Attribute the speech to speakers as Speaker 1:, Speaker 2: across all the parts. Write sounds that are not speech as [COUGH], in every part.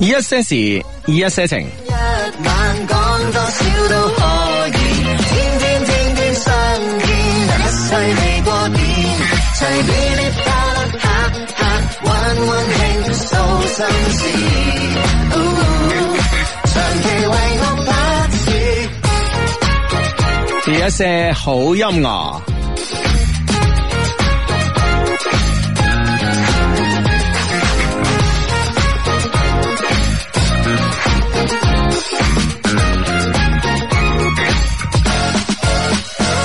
Speaker 1: 以一些事，以一些情，
Speaker 2: 晚講多少都可以，天天天天相見，一世未過電，隨便你快樂下下，玩玩輕鬆心事。長期為我拍攝，
Speaker 1: 是一些好音樂。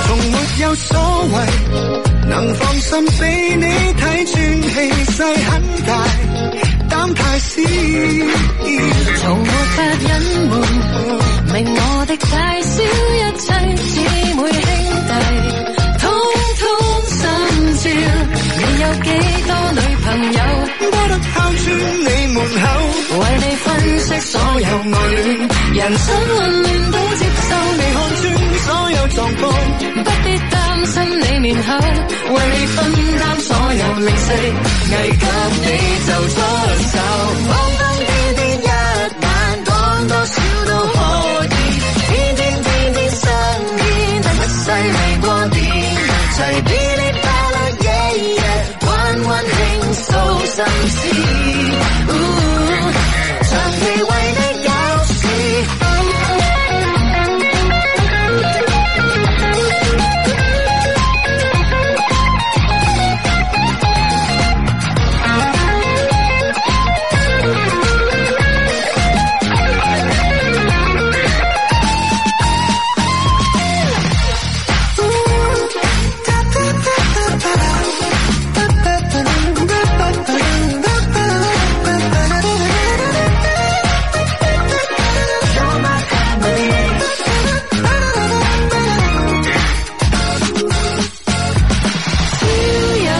Speaker 3: 從沒有所謂，能放心俾你睇穿氣勢很大，膽太小。
Speaker 2: 從沒法隱瞞，明我的大小一切姊妹兄弟，通通心照。你有幾多女朋友？
Speaker 3: 波得敲穿你門口，
Speaker 2: 為你分析所有愛戀，人生混亂都接受
Speaker 3: 你
Speaker 2: 你，
Speaker 3: 看穿所有狀況。
Speaker 2: 不必擔心你面口，為你分擔所有零碎，危急你就出手。風風天天一晚，講多少都可以，天天天天相見，一世未過電，隨便你快樂夜夜，溫溫輕訴心事。嗚長期為你搞事。小友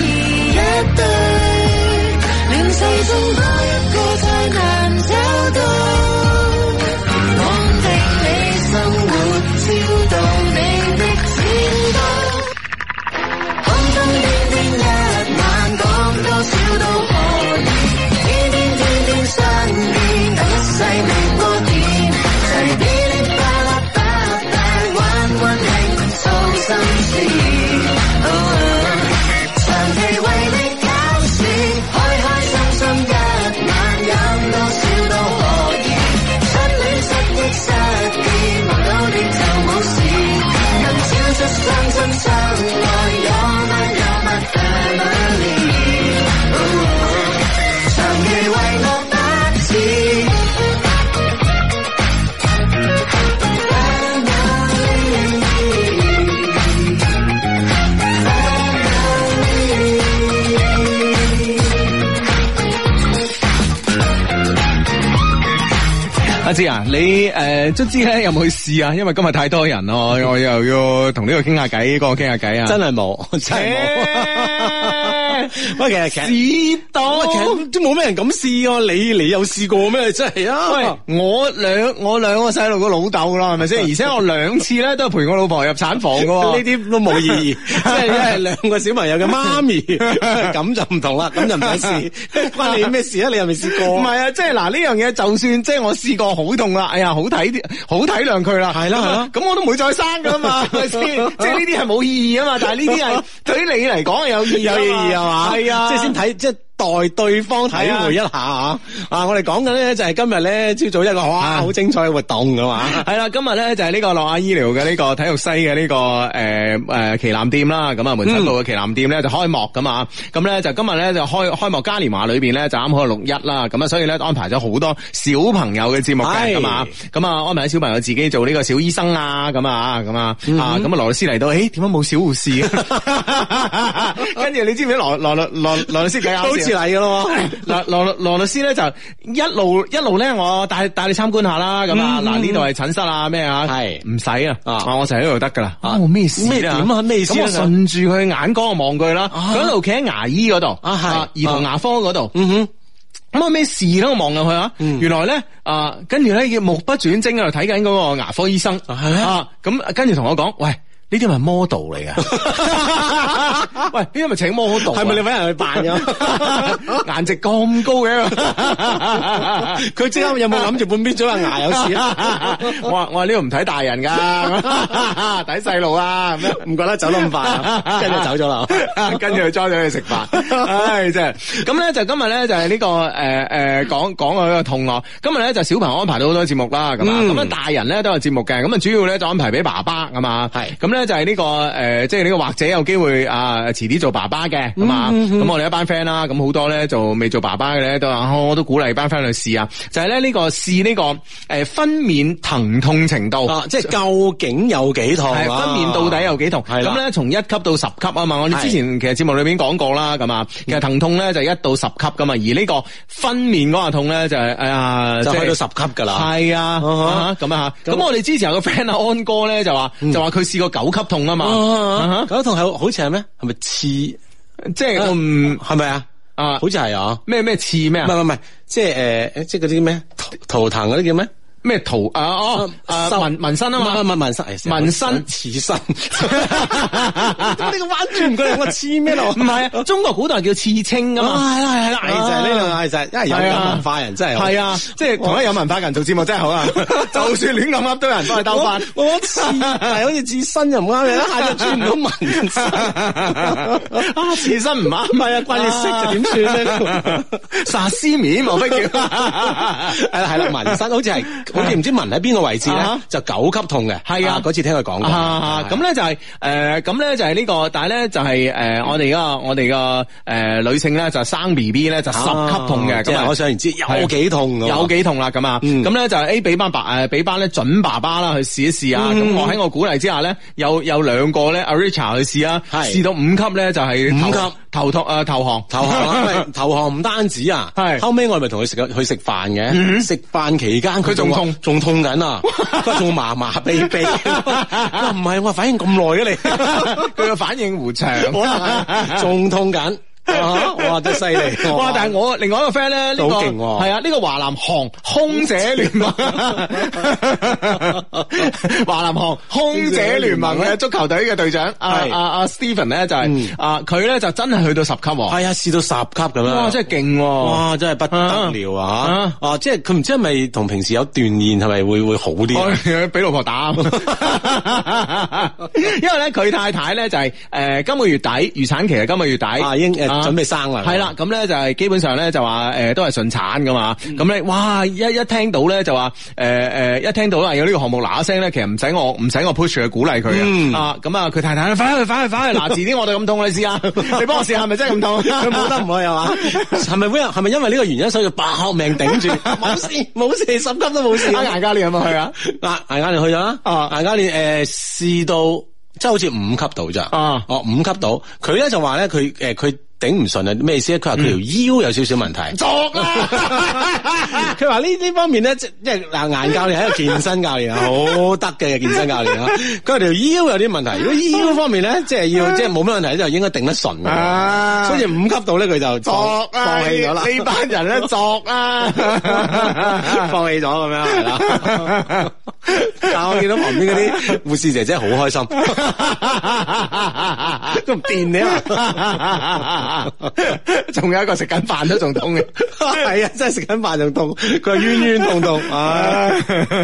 Speaker 2: 誼一對，亂世中某一個再難找到，安定你生活，照到你的前途。空中天天一晚，講多少都可以，天天天天相見，一世未過電，隨便你巴拉巴拉，玩溫馨訴心事。長期為你搞事，開開心心一晚，飲多少都可以。失戀失憶失意，忙到你就冇事。能超出傷心相愛，You're my you're my family。長期為我發展。
Speaker 1: 阿芝啊，你誒卒之咧有冇去試啊？因為今日太多人咯，我又要同呢個傾下偈，嗰個傾下偈啊。
Speaker 4: 真係冇， [LAUGHS] 真係冇。喂，其實其實
Speaker 1: 係
Speaker 4: 喂其實都冇咩人敢試喎。你你有試過咩？ [LAUGHS] 真係啊！
Speaker 1: 喂，我兩我兩個細路個老豆啦，係
Speaker 4: [LAUGHS]
Speaker 1: 咪先？而且我兩次咧都係陪我老婆入產房噶
Speaker 4: 呢
Speaker 1: 喎。
Speaker 4: 啲都
Speaker 1: [LAUGHS]
Speaker 4: 冇意義，即係係兩個小朋友嘅媽咪，咁就唔同啦，咁就唔使
Speaker 1: [LAUGHS]
Speaker 4: 試，關你咩事啊？你又未試過？
Speaker 1: 唔係啊，即係嗱呢樣嘢，就算即係我試過好痛啦，哎呀，好體貼好體諒佢啦，
Speaker 4: 係啦
Speaker 1: 咁啊
Speaker 4: 係啦
Speaker 1: 咁我都唔會再生噶啦嘛，
Speaker 4: [LAUGHS]
Speaker 1: 係咪先？即係呢啲係冇意義啊嘛，但係呢啲係對於你嚟講係有意義㗎嘛，
Speaker 4: 有意義係嘛？
Speaker 1: 係啊，
Speaker 4: 即係先睇，即係代對方體會一下啊！啊，我哋講緊咧就係今日咧朝早一個
Speaker 1: 啊
Speaker 4: 哇好精彩嘅活動啊㗎嘛！
Speaker 1: [LAUGHS] 係啦，今日咧就係呢個諾亞醫療嘅呢個體育西嘅呢、個誒誒旗艦店啦，咁啊門診部嘅旗艦店咧就開幕噶嘛，咁咧就今日咧就開開幕嘉年華裏邊咧就啱好係六一啦，咁啊所以咧安排咗好多小朋友嘅節目嘅
Speaker 4: 係
Speaker 1: 咁啊，咁啊安排啲小朋友自己做呢個小醫生啊，咁啊咁啊
Speaker 4: 嗯
Speaker 1: 啊咁啊羅律師嚟到，誒點解冇小護士嘅？
Speaker 4: [LAUGHS]
Speaker 1: 跟住你知唔知羅羅羅羅羅律師幾搞笑
Speaker 4: 好似嚟
Speaker 1: [LAUGHS]
Speaker 4: 㗎咯喎。
Speaker 1: 嗱，羅羅律師咧就一路一路咧，我帶帶你參觀下啦，咁
Speaker 4: 嗯
Speaker 1: 啊，嗱呢度係診室啊，咩啊，
Speaker 4: 係
Speaker 1: 唔使啊，
Speaker 4: 啊
Speaker 1: 啊我成日喺度得噶啦，
Speaker 4: 啊
Speaker 1: 我咩事
Speaker 4: 咩點啊咩事啊
Speaker 1: 咁我順住佢眼光我望佢啦，佢喺度企喺牙醫嗰度，
Speaker 4: 啊係
Speaker 1: 兒童牙科嗰度，
Speaker 4: 嗯哼。
Speaker 1: 咁啊咩事咧？我望入去啊，
Speaker 4: 嗯
Speaker 1: 原來咧啊，跟住咧佢目不轉睛喺度睇緊嗰個牙科醫生，
Speaker 4: 係咩
Speaker 1: 啊，咁跟住同我講，喂。呢啲咪 model 嚟噶？
Speaker 4: [LAUGHS]
Speaker 1: 喂，呢啲咪請 model？啊
Speaker 4: 係咪你搵人去扮
Speaker 1: [LAUGHS]
Speaker 4: 㗎？
Speaker 1: 顏值咁高 [LAUGHS]
Speaker 4: [LAUGHS]
Speaker 1: 嘅？
Speaker 4: 佢即刻有冇諗住半邊嘴話牙有事啊？
Speaker 1: 我 [LAUGHS] 話我話呢度唔睇大人噶， [LAUGHS] 睇細路啊咁樣。
Speaker 4: 唔覺得走得咁快
Speaker 1: [LAUGHS]
Speaker 4: 啊，跟住走咗啦。
Speaker 1: 跟住佢裝咗去食飯，唉真係。咁咧就今日咧就係呢、個誒誒講講佢個痛樂。今日咧就小朋友安排到好多節目啦，咁啊
Speaker 4: 嗯
Speaker 1: 咁啊大人咧都有節目嘅，咁啊主要咧就安排俾爸爸啊嘛。
Speaker 4: 係
Speaker 1: 咁咧就係呢、個誒，即係呢個或者有機會啊，遲啲做爸爸嘅
Speaker 4: 嗯
Speaker 1: 咁啊。咁我哋一班 friend 啦，咁好多咧就未做爸爸嘅咧都話，哦我都鼓勵班 friend 去試啊。就係咧呢個試呢個誒分娩疼痛程度。
Speaker 4: 啊，即係究竟有幾痛啊？
Speaker 1: 係分娩到底有幾痛？
Speaker 4: 係啦
Speaker 1: 咁咧，從一級到十級啊嘛，我哋
Speaker 4: 係
Speaker 1: 之前其實節目裏面講過啦，咁啊，其實疼痛咧就一到十級噶嘛，而呢個分娩嗰下痛咧就係哎呀，
Speaker 4: 就
Speaker 1: 即係
Speaker 4: 去到十 Uh-huh 級㗎啦。
Speaker 1: 係啊，
Speaker 4: 哈
Speaker 1: 啊咁啊吓，咁我哋之前有個 friend 啊安哥咧就話
Speaker 4: 嗯
Speaker 1: 就話佢試過九級痛啊嘛，
Speaker 4: Uh-huh
Speaker 1: 啊哈
Speaker 4: 嗰痛係好似係咩？係咪刺？
Speaker 1: 即係
Speaker 4: Uh-huh
Speaker 1: 我唔
Speaker 4: 係咪啊？
Speaker 1: 啊
Speaker 4: 好似係啊。
Speaker 1: 咩咩刺咩
Speaker 4: [LAUGHS] 唔係
Speaker 1: 啊
Speaker 4: 唔係唔係，即係誒，呃即係嗰啲咩圖圖騰嗰啲叫咩？
Speaker 1: 咩圖啊哦啊
Speaker 4: 收
Speaker 1: 紋紋身啊嘛
Speaker 4: 唔。係紋身，哎
Speaker 1: 紋身
Speaker 4: 刺
Speaker 1: [LAUGHS]
Speaker 4: 身。呢個彎轉唔過嚟，我刺咩咯？
Speaker 1: 唔係啊，中國古代叫刺青啊
Speaker 4: [LAUGHS] 啊，
Speaker 1: 嘛，
Speaker 4: 係啦係啦，哎就係呢兩個，哎就係，因為
Speaker 1: 啊係
Speaker 4: 有
Speaker 1: 啊
Speaker 4: 有文化人真係好
Speaker 1: 係啊，即係同一有文化嘅人做節目真係好 [LAUGHS] 啊，就算亂咁噏都有人幫你兜翻。
Speaker 4: 我我刺係好似刺身又唔啱你啦，
Speaker 1: [LAUGHS]
Speaker 4: 一下就轉唔到紋 [LAUGHS] 身。
Speaker 1: 啊，刺身唔啱，唔係啊，
Speaker 4: 關你識就點算咧？
Speaker 1: [LAUGHS] 沙司面莫
Speaker 4: [LAUGHS]
Speaker 1: 非叫？
Speaker 4: 係啦係啦，紋身好似係，好似唔知紋喺邊個位置咧
Speaker 1: 啊，
Speaker 4: 就九級痛嘅。
Speaker 1: 係啊
Speaker 4: 嗰次聽佢講過。
Speaker 1: 啊，咁咧就係、誒，咁、咧就係呢、個，但係咧就係、誒、我哋個我哋個誒女性咧就生 B B 咧就十級痛嘅，
Speaker 4: 啊即
Speaker 1: 咁啊
Speaker 4: 係可想而知有幾痛㗎
Speaker 1: 有幾痛啦咁啊，
Speaker 4: 嗯
Speaker 1: 咁咧就 A 俾班爸呃誒俾班咧準爸爸啦去試一試啊，
Speaker 4: 嗯
Speaker 1: 咁我喺我鼓勵之下咧，有有兩個咧阿 Richard 去試啊，
Speaker 4: 係
Speaker 1: 試到五級咧就係
Speaker 4: 五
Speaker 1: 頭
Speaker 4: 級
Speaker 1: 頭痛誒投降
Speaker 4: 投降
Speaker 1: [LAUGHS]
Speaker 4: 啦，喂投降唔單止啊，
Speaker 1: 係嗯
Speaker 4: 後尾我咪同佢食咗去食飯嘅，食飯期間
Speaker 1: 佢仲
Speaker 4: 話
Speaker 1: 痛
Speaker 4: 仲痛
Speaker 1: [LAUGHS]
Speaker 4: 緊啊，佢仲麻麻痹痹，我話唔係，我話反應咁耐嘅
Speaker 1: 佢個反應弧長，
Speaker 4: 你，可
Speaker 1: [LAUGHS]
Speaker 4: 能係仲痛緊，啊哇真係犀利，
Speaker 1: 哇！但係我另外一個 friend 咧，呢、個
Speaker 4: 好勁喎
Speaker 1: 係啊，呢、個華南航空姐聯
Speaker 4: [LAUGHS]
Speaker 1: 盟，華南航空姐聯盟嘅足球隊嘅隊長啊阿
Speaker 4: 係
Speaker 1: 阿阿 Stephen 咧就係、
Speaker 4: 嗯
Speaker 1: 啊佢咧就真係去到十級喎，
Speaker 4: 係啊試到十級咁樣，
Speaker 1: 哇！真係勁喎。
Speaker 4: 哇真係不得了啊
Speaker 1: 啊！
Speaker 4: 啊即係佢唔知係咪同平時有鍛鍊係咪會會好啲啊？
Speaker 1: 我俾老婆
Speaker 4: [LAUGHS]
Speaker 1: 打，因為咧佢太太咧就係、呃今個月底預產期係今個月底，
Speaker 4: 啊已經誒
Speaker 1: 啊
Speaker 4: 準備生啦，
Speaker 1: 係啦，咁咧就係基本上咧就話誒、呃都係順產噶嘛，
Speaker 4: 嗯
Speaker 1: 咁咧哇一一聽到咧就話誒誒一聽到啦有呢個項目嗱一聲咧，其實唔使我唔使我 push 去鼓勵佢
Speaker 4: 嗯
Speaker 1: 嘅，啊咁啊佢太太快去快去快去，
Speaker 4: [LAUGHS]
Speaker 1: 嗱遲啲我哋咁痛你試下，你幫我試下係咪真係咁痛？
Speaker 4: 佢冇得唔去係嘛？ [LAUGHS] 係咪係咪因為呢個原因所以佢搏命頂住？冇事冇事，十級都
Speaker 1: [LAUGHS]
Speaker 4: 冇事。
Speaker 1: 阿顏教練有冇去啊？
Speaker 4: 啊，牙家你去咗啦，
Speaker 1: 啊
Speaker 4: 牙家你誒試到即係好似五級度咋，
Speaker 1: 啊
Speaker 4: 哦五級度，佢咧就話咧佢誒佢頂唔順啊，咩意思咧？佢話佢條腰有少少問題。
Speaker 1: 作啦！
Speaker 4: [LAUGHS] 佢話呢呢方面咧，即即係嗱，顏教練係一個健身教練啊，好得嘅健身教練啊。佢話條腰有啲問題，如果腰方面咧，即係要即係冇咩問題，就應該頂得順嘅。
Speaker 1: 啊
Speaker 4: 所以五級度咧，佢就
Speaker 1: 作
Speaker 4: 放
Speaker 1: 啦！
Speaker 4: 放棄咗啦。
Speaker 1: 呢班人咧作啊啦！
Speaker 4: [LAUGHS] 放棄咗咁樣係
Speaker 1: [LAUGHS]
Speaker 4: 啦。但啊我見到旁邊嗰啲護士姐姐好
Speaker 1: [LAUGHS]
Speaker 4: 開心，都唔掂你啊！
Speaker 1: [LAUGHS] 仲有一個食緊飯都仲痛
Speaker 4: [LAUGHS]
Speaker 1: 嘅，
Speaker 4: 係啊，真係食緊飯仲痛，佢話冤冤痛痛，唉，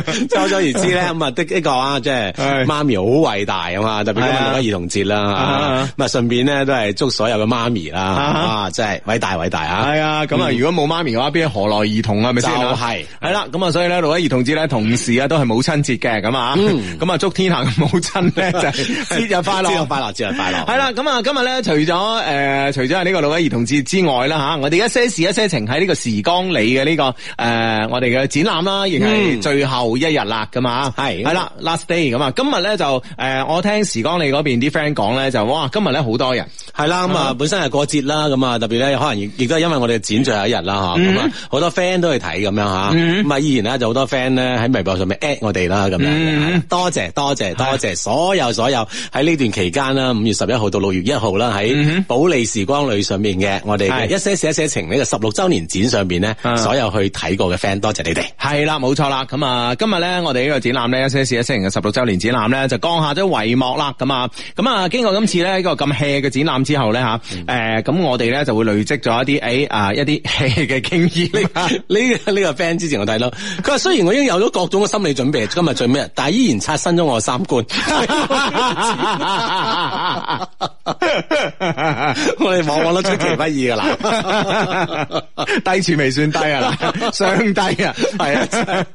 Speaker 4: 即係可想而知咧，咁啊的的確啊，即係
Speaker 1: 係
Speaker 4: 媽咪好偉大啊嘛，特別今
Speaker 1: 係啊
Speaker 4: 日六一兒童節啦
Speaker 1: 啊，
Speaker 4: 咁啊順便咧都係祝所有嘅媽咪啦，
Speaker 1: 啊
Speaker 4: 啊真係偉大偉大啊！
Speaker 1: 係啊，咁啊，如果冇媽咪嘅話，邊何來兒童啊？係咪先啊？
Speaker 4: 就係
Speaker 1: 係啦，咁啊，所以咧，六一兒童節咧，同時啊，都係母親節嘅，咁啊，咁啊，祝天下嘅母親咧，就係節日快樂，
Speaker 4: 節日快樂，節日快樂，
Speaker 1: 系啦，咁啊，今日咧，除咗誒、除咗係呢個六一兒童節之外啦吓，我哋一些事一些情喺呢個時光里嘅呢、個誒、我哋嘅展覽啦，亦係最後一日啦，咁啊，
Speaker 4: 係
Speaker 1: 係啦，last day 咁啊，今日咧就誒、我聽時光里嗰邊啲 friend 講咧就哇，今日咧好多人，
Speaker 4: 係啦，咁啊本身係過節啦，咁啊特別咧，可能亦亦都係因為我哋展最後一日啦吓，咁啊好多 friend 都去睇咁樣吓，咁啊依然咧就好多 friend 咧喺微博上面 at 我哋啦，咁樣係啦多謝多謝多謝所有所有喺呢段期間啦，五月十一號到六月一號啦，喺保利時光裏上面嘅我哋嘅
Speaker 1: 係
Speaker 4: 一些事一些情呢個十六周年展上面咧
Speaker 1: 啊，
Speaker 4: 所有去睇過嘅 friend 多謝你哋。
Speaker 1: 系啦，冇錯啦。咁啊，今日咧，我哋呢個展覽咧，一些事一些情嘅十六周年展覽咧，就降下咗帷幕啦。咁啊，咁啊，經過今次咧呢個咁 hea 嘅展覽之後咧吓，诶，咁我哋咧就會累積咗一啲诶啊一啲 hea 嘅經驗啦。
Speaker 4: [LAUGHS] 呢個呢個 friend 之前我睇到，佢話雖然我已經有咗各種嘅心理準備，今日最尾日，但係依然刷新咗我嘅三觀。 [LAUGHS] 我哋往往都出其不意噶啦。
Speaker 1: 低處未算低啊， [LAUGHS] 嗱，相低啊，係啊，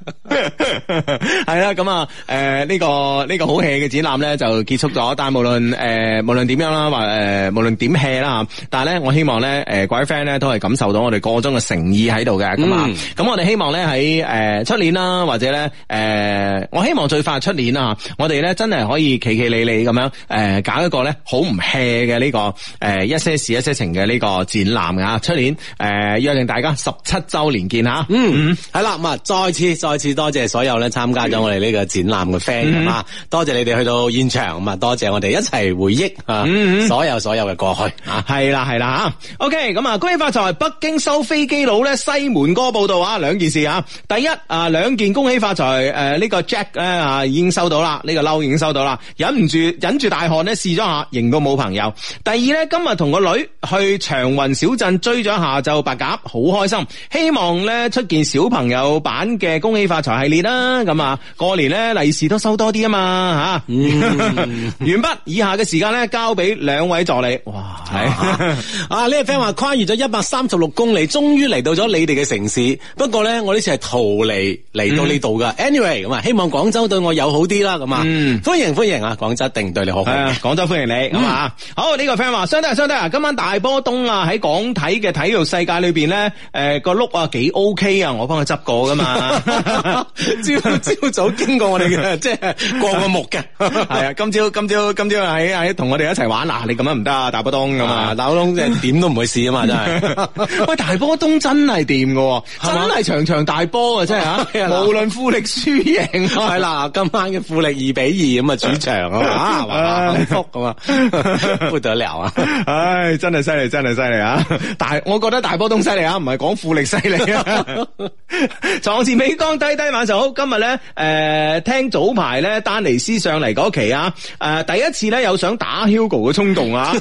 Speaker 1: 係啦，咁啊，誒呢個呢個好 hea 嘅展覽咧就結束咗，但係無論誒無論點樣啦，或誒無論點 hea 啦嚇，但係咧我希望咧誒各位 friend 咧都係感受到我哋個中嘅誠意喺度嘅，咁啊
Speaker 4: 嗯，
Speaker 1: 咁我哋希望咧喺誒出年啦，或者咧誒我希望最快出年啦嚇，我哋咧真係可以企企理理咁樣誒搞一個咧好唔 hea 嘅呢個誒一些事一些情嘅呢個展覽啊，出年誒約定大家十七週年見嚇，
Speaker 4: 嗯，係啦，咁啊，再次再次多謝所有咧參加咗我哋呢個展覽嘅 friend 咁啊，多謝你哋去到現場，咁啊，多謝我哋一齊回憶啊，所有所有嘅過去啊。
Speaker 1: 系啦系啦吓，OK，咁啊，恭喜發財！北京收飛機佬咧，西門哥報道啊，兩件事啊，第一啊，兩件恭喜發財诶，呢、個 Jack 咧啊已經收到啦，呢、個褸已經收到啦，忍唔住忍住大汗咧試咗下，型到冇朋友。第二咧，今日同個女去長雲小鎮追咗下晝白鴿，好開心，希望咧出件小朋友版嘅恭喜發財系列啦，咁啊，過年咧利是都收多啲啊嘛吓。 [LAUGHS] 完畢，以下嘅時間咧交俾兩位助理，哇！ [LAUGHS]
Speaker 4: 啊！呢、個 friend 話跨越咗一百三十六公里，終於嚟到咗你哋嘅城市。不過咧，我呢次係逃離嚟到呢度噶。anyway，咁啊，希望廣州對我友好啲啦。咁啊，
Speaker 1: 嗯
Speaker 4: 歡迎歡迎啊！廣州一定對你好好
Speaker 1: 系
Speaker 4: 嘅
Speaker 1: 啊。，廣州歡迎你，咁啊、好呢、個 friend 話，相低啊，相低啊，今晚大波東啊，喺港體嘅體育世界裏邊咧，诶、個碌啊幾 OK 啊，我幫佢執過
Speaker 4: [LAUGHS]
Speaker 1: 噶嘛，
Speaker 4: 朝朝早經過我哋嘅，即係過個目嘅。
Speaker 1: 係啊，今朝今朝今朝喺喺同我哋一齊玩啊，你咁樣唔得啊，大波東咁
Speaker 4: 啊，
Speaker 1: 啊。
Speaker 4: 大佬即係點都唔會試啊嘛，真
Speaker 1: [LAUGHS]
Speaker 4: 係。
Speaker 1: 喂，大波東真係掂噶，真係場場大波啊，真係
Speaker 4: [LAUGHS] 係啊
Speaker 1: 啊，
Speaker 4: 嗱
Speaker 1: 無論富力輸贏啊
Speaker 4: 係啦，今晚嘅富力二比二咁啊，主場啊嘛，哇幸福咁啊，不得了啊！ [LAUGHS]
Speaker 1: [LAUGHS] 唉，真系犀利，真系犀利啊！大，我覺得大波東犀利啊，唔係講富力犀利啊。 [LAUGHS] 床前美光低低晚上好，今日咧诶，听早排咧丹尼斯上嚟嗰期啊，诶、第一次咧有想打 Hugo 嘅衝動啊。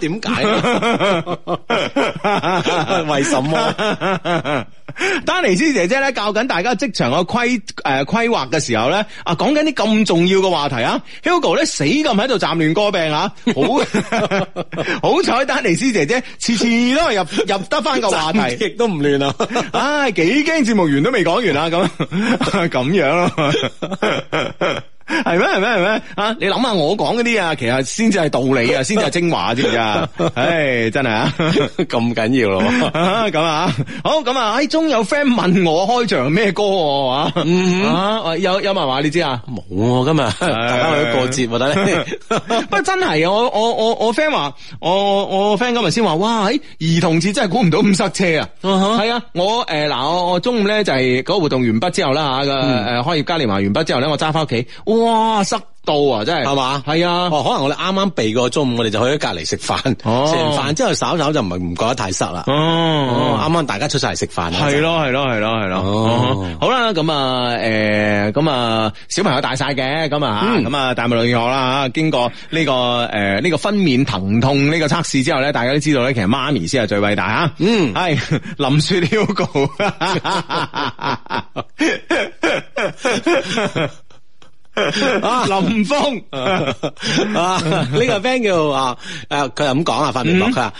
Speaker 4: 點解
Speaker 1: [LAUGHS]
Speaker 4: 啊？ [LAUGHS] 為什麼？
Speaker 1: [LAUGHS] 丹尼斯姐姐咧教緊大家職場嘅規诶规划嘅時候咧，啊講緊啲咁重要嘅話題啊，Hugo 咧死咁喺度站亂歌病啊，好 [LAUGHS] 好彩丹尼斯姐姐次次都係入入得翻個話題。
Speaker 4: 亦都唔亂啊！
Speaker 1: [LAUGHS] 唉，幾驚節目完都未講完啊，咁 [LAUGHS] 咁樣咯。 [LAUGHS] 係咩係咩係咩啊！你諗下我講嗰啲啊，其實先至係道理
Speaker 4: [LAUGHS]
Speaker 1: 啊，先至係精華，知唔知啊？唉，真係啊！
Speaker 4: [LAUGHS]
Speaker 1: [LAUGHS]
Speaker 4: 咁緊要咯喎。
Speaker 1: 啊咁啊，好咁啊，哎，中有 friend 問我開場咩歌喎啊？啊，喂有有文話你知啊？
Speaker 4: 冇喎，今日嗯 [LAUGHS] 大家為咗過節喎，但係
Speaker 1: [LAUGHS] 不過真係啊！我我我我 friend 話，我我 friend 今日先話，哇！喺兒童節真係估唔到咁塞車啊！
Speaker 4: 哎 [LAUGHS]
Speaker 1: 係啊，我誒嗱，我我中午咧就係嗰個活動完畢之後啦嚇，個
Speaker 4: 嗯
Speaker 1: 誒開業嘉年華完畢之後咧，我揸翻屋企，哇！塞到啊，真係
Speaker 4: 係嘛
Speaker 1: 係啊，
Speaker 4: 哦，可能我哋啱啱避過中午，我哋就去咗隔離食飯，食
Speaker 1: 哦
Speaker 4: 完飯之後稍稍就唔係唔覺得太塞啦。哦，啱啱大家出晒嚟食飯啊啦，
Speaker 1: 系咯系咯系咯系咯，
Speaker 4: 哦
Speaker 1: 好啦咁啊诶咁啊小朋友大晒嘅咁啊
Speaker 4: 嗯
Speaker 1: 咁啊大無論如何啦吓，經過呢、個个诶呢、個分娩疼痛呢個測試之後咧，大家都知道咧，其實媽咪先係最偉大吓，
Speaker 4: 嗯
Speaker 1: 系林雪
Speaker 4: [LAUGHS]
Speaker 1: Hugo。林峰，
Speaker 4: [LAUGHS] 啊，呢個 friend 叫啊，誒，佢係咁講啊，發微博佢話。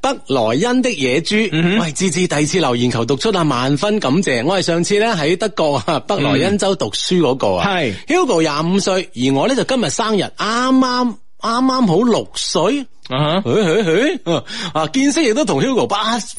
Speaker 4: 北萊茵的野豬，喂，芝芝第二次留言求讀出啊，萬分感謝。我係上次咧喺德國啊，北萊茵州讀書嗰個啊，
Speaker 1: 係
Speaker 4: Hugo 廿五歲，而我咧就今日生日，啱啱啱啱好六歲。
Speaker 1: 啊
Speaker 4: 嘿嘿嘿啊！嗯見識亦都同 Hugo 不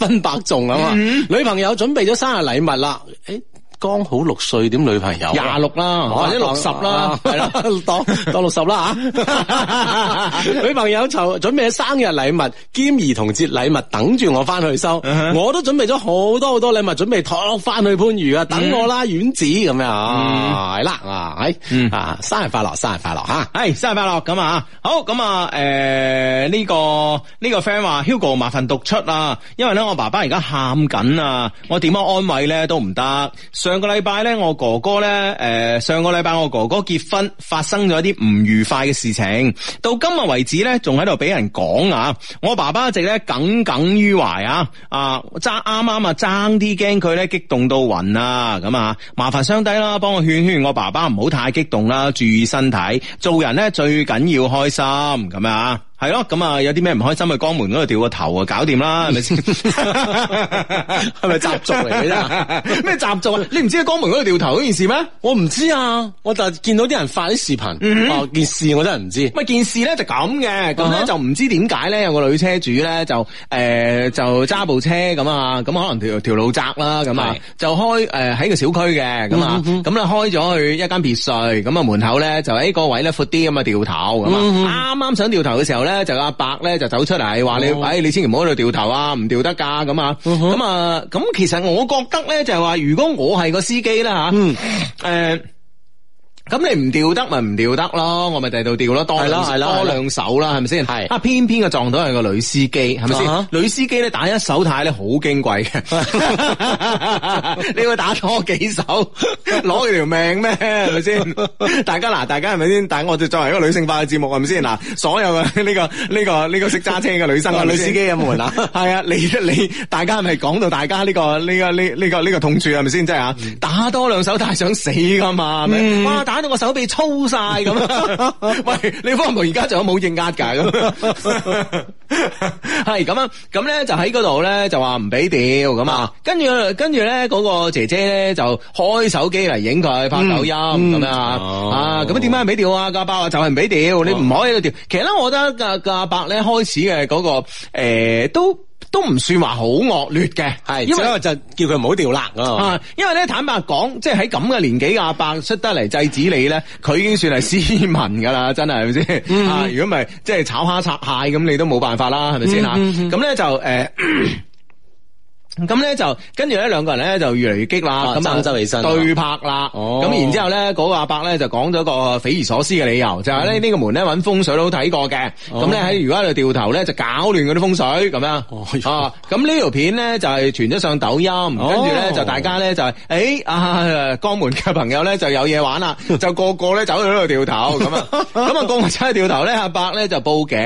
Speaker 4: 分伯仲啊嘛，女朋友準備咗生日禮物啦，誒剛好六歲點女朋友啊？
Speaker 1: 廿六啦，或者六十
Speaker 4: 哦
Speaker 1: 啦， [LAUGHS] 係啦，
Speaker 4: 啊 [LAUGHS] 當當六十啦
Speaker 1: [LAUGHS]
Speaker 4: 吓。女朋友就準備生日禮物兼兒童節禮物等住我翻去收，
Speaker 1: 嗯
Speaker 4: 我都準備咗好多好多禮物，準備托翻去番禺啊，等我啦，丸子咁樣啊，係啦啊，
Speaker 1: 嗯
Speaker 4: 係啊，生日快樂，生日快樂啊
Speaker 1: [LAUGHS]
Speaker 4: 吓。
Speaker 1: 系生日快樂咁啊！好咁啊，诶、呢、個呢、個 friend 話 Hugo 麻煩讀出啊，因為咧我爸爸而家喊緊啊，我點樣安慰咧都唔得。上個禮拜咧我哥哥咧，诶、上個禮拜我哥哥結婚發生咗一啲唔愉快嘅事情，到今日為止咧仲喺度俾人講啊，我爸爸一直咧耿耿於懷啊，啊爭啱啱啊爭啲驚佢咧激動到暈啊咁啊，麻煩相低啦，幫我勸勸我爸爸唔好太激動啦，注意身體，做人咧最緊要開心咁啊。係咯，咁啊，有啲咩唔開心去江門嗰度掉個頭啊，搞掂啦，係咪先？係
Speaker 4: 咪習俗嚟嘅 [LAUGHS] 啫？
Speaker 1: [LAUGHS] 咩習俗啊？你唔知喺江門嗰度掉頭嗰件事咩？
Speaker 4: 我唔知啊，我就見到啲人發啲視
Speaker 1: 嗯
Speaker 4: 頻，哦件事我真係唔知。
Speaker 1: 咪件事咧就咁嘅，咁
Speaker 4: 啊哈
Speaker 1: 咧就唔知點解咧有個女車主咧就诶、呃就揸部車咁啊，咁可能條條路窄啦，咁啊
Speaker 4: 係嗯
Speaker 1: 就開诶喺個小區嘅咁啊，咁咧開咗去一間別墅，咁啊門口咧就喺個位咧闊啲咁啊掉頭
Speaker 4: 嗯
Speaker 1: 咁啊，啱啱想掉頭嘅時候咧就阿伯咧就走出嚟話你，
Speaker 4: 哦嗯
Speaker 1: 喂你千祈唔好喺度掉頭啊，唔掉得㗎咁啊，咁啊咁其實我覺得咧就係話，如果我係個司機啦
Speaker 4: 嗯
Speaker 1: 吓，呃诶。咁你唔掉得咪唔掉得咯，我咪第度掉咯，多
Speaker 4: 係啦
Speaker 1: 兩
Speaker 4: 係
Speaker 1: 多
Speaker 4: 啦係啦
Speaker 1: 兩手啦，係咪先？
Speaker 4: 係
Speaker 1: 啊，偏偏就撞到係個女司機，係咪
Speaker 4: 啊
Speaker 1: 先
Speaker 4: 哈？
Speaker 1: 女司機咧打一手太咧好矜貴 [LAUGHS] 嘅，你會打多幾
Speaker 4: [LAUGHS]
Speaker 1: 手，攞佢條命咩？係咪先？大家嗱，大家係咪先？但我哋作為一個女性化嘅節目，係咪先？嗱，所有嘅呢個呢個呢個識揸車嘅女生啊，
Speaker 4: 女司機嘅
Speaker 1: 門
Speaker 4: [LAUGHS]
Speaker 1: 啊，係啊，你你大家係咪講到大家呢個呢個呢呢個呢個痛處係咪先？即係啊，
Speaker 4: 嗯
Speaker 1: 打多兩手太想死㗎嘛，係咪？哇，打到我手臂粗晒咁
Speaker 4: [LAUGHS]
Speaker 1: 啊！喂，你方同而家仲有冇應壓㗎咁？係咁啊，咁咧就喺嗰度咧就話唔俾掉咁啊
Speaker 4: 啊，
Speaker 1: 跟住跟住咧嗰個姐姐咧就開手機嚟影佢拍抖音咁樣
Speaker 4: 哦
Speaker 1: 啊，啊咁點解唔俾掉啊？個阿伯話就係唔俾掉，你唔可以喺度掉。其實咧，我覺得個個阿伯咧開始嘅嗰、個、呃、都都唔算話好惡劣嘅，
Speaker 4: 係，
Speaker 1: 因
Speaker 4: 因
Speaker 1: 為
Speaker 4: 為就叫佢唔好掉辣啊。
Speaker 1: 啊，因為咧坦白講，即係喺咁嘅年紀嘅阿伯出得嚟制止你咧，佢已經算係斯文噶啦， [LAUGHS] 真係係咪先？
Speaker 4: 嗯
Speaker 1: 啊，如果唔係即係炒蝦拆蟹咁，你都冇辦法啦，係咪先
Speaker 4: 嗯
Speaker 1: 啊？咁咧就誒。
Speaker 4: [CLEARS THROAT]
Speaker 1: 呃咁咧就跟住咧兩個人咧就越嚟越激啦，
Speaker 4: 啊
Speaker 1: 咁啊
Speaker 4: 爭執起身啊
Speaker 1: 對拍啦。
Speaker 4: 哦
Speaker 1: 咁然之後咧，嗰個阿伯咧就講咗個匪夷所思嘅理由，就係
Speaker 4: 嗯
Speaker 1: 咧呢個門咧揾風水佬睇過嘅，咁咧喺如果喺度掉頭咧就搞亂嗰啲風水咁樣。
Speaker 4: 哦
Speaker 1: 啊，咁呢條片咧就係傳咗上抖音，跟住咧就大家咧就係，誒啊江門嘅朋友咧就有嘢玩啦，就個個咧走去嗰度掉頭咁啊，咁啊個個走去掉頭咧，阿伯咧就報警，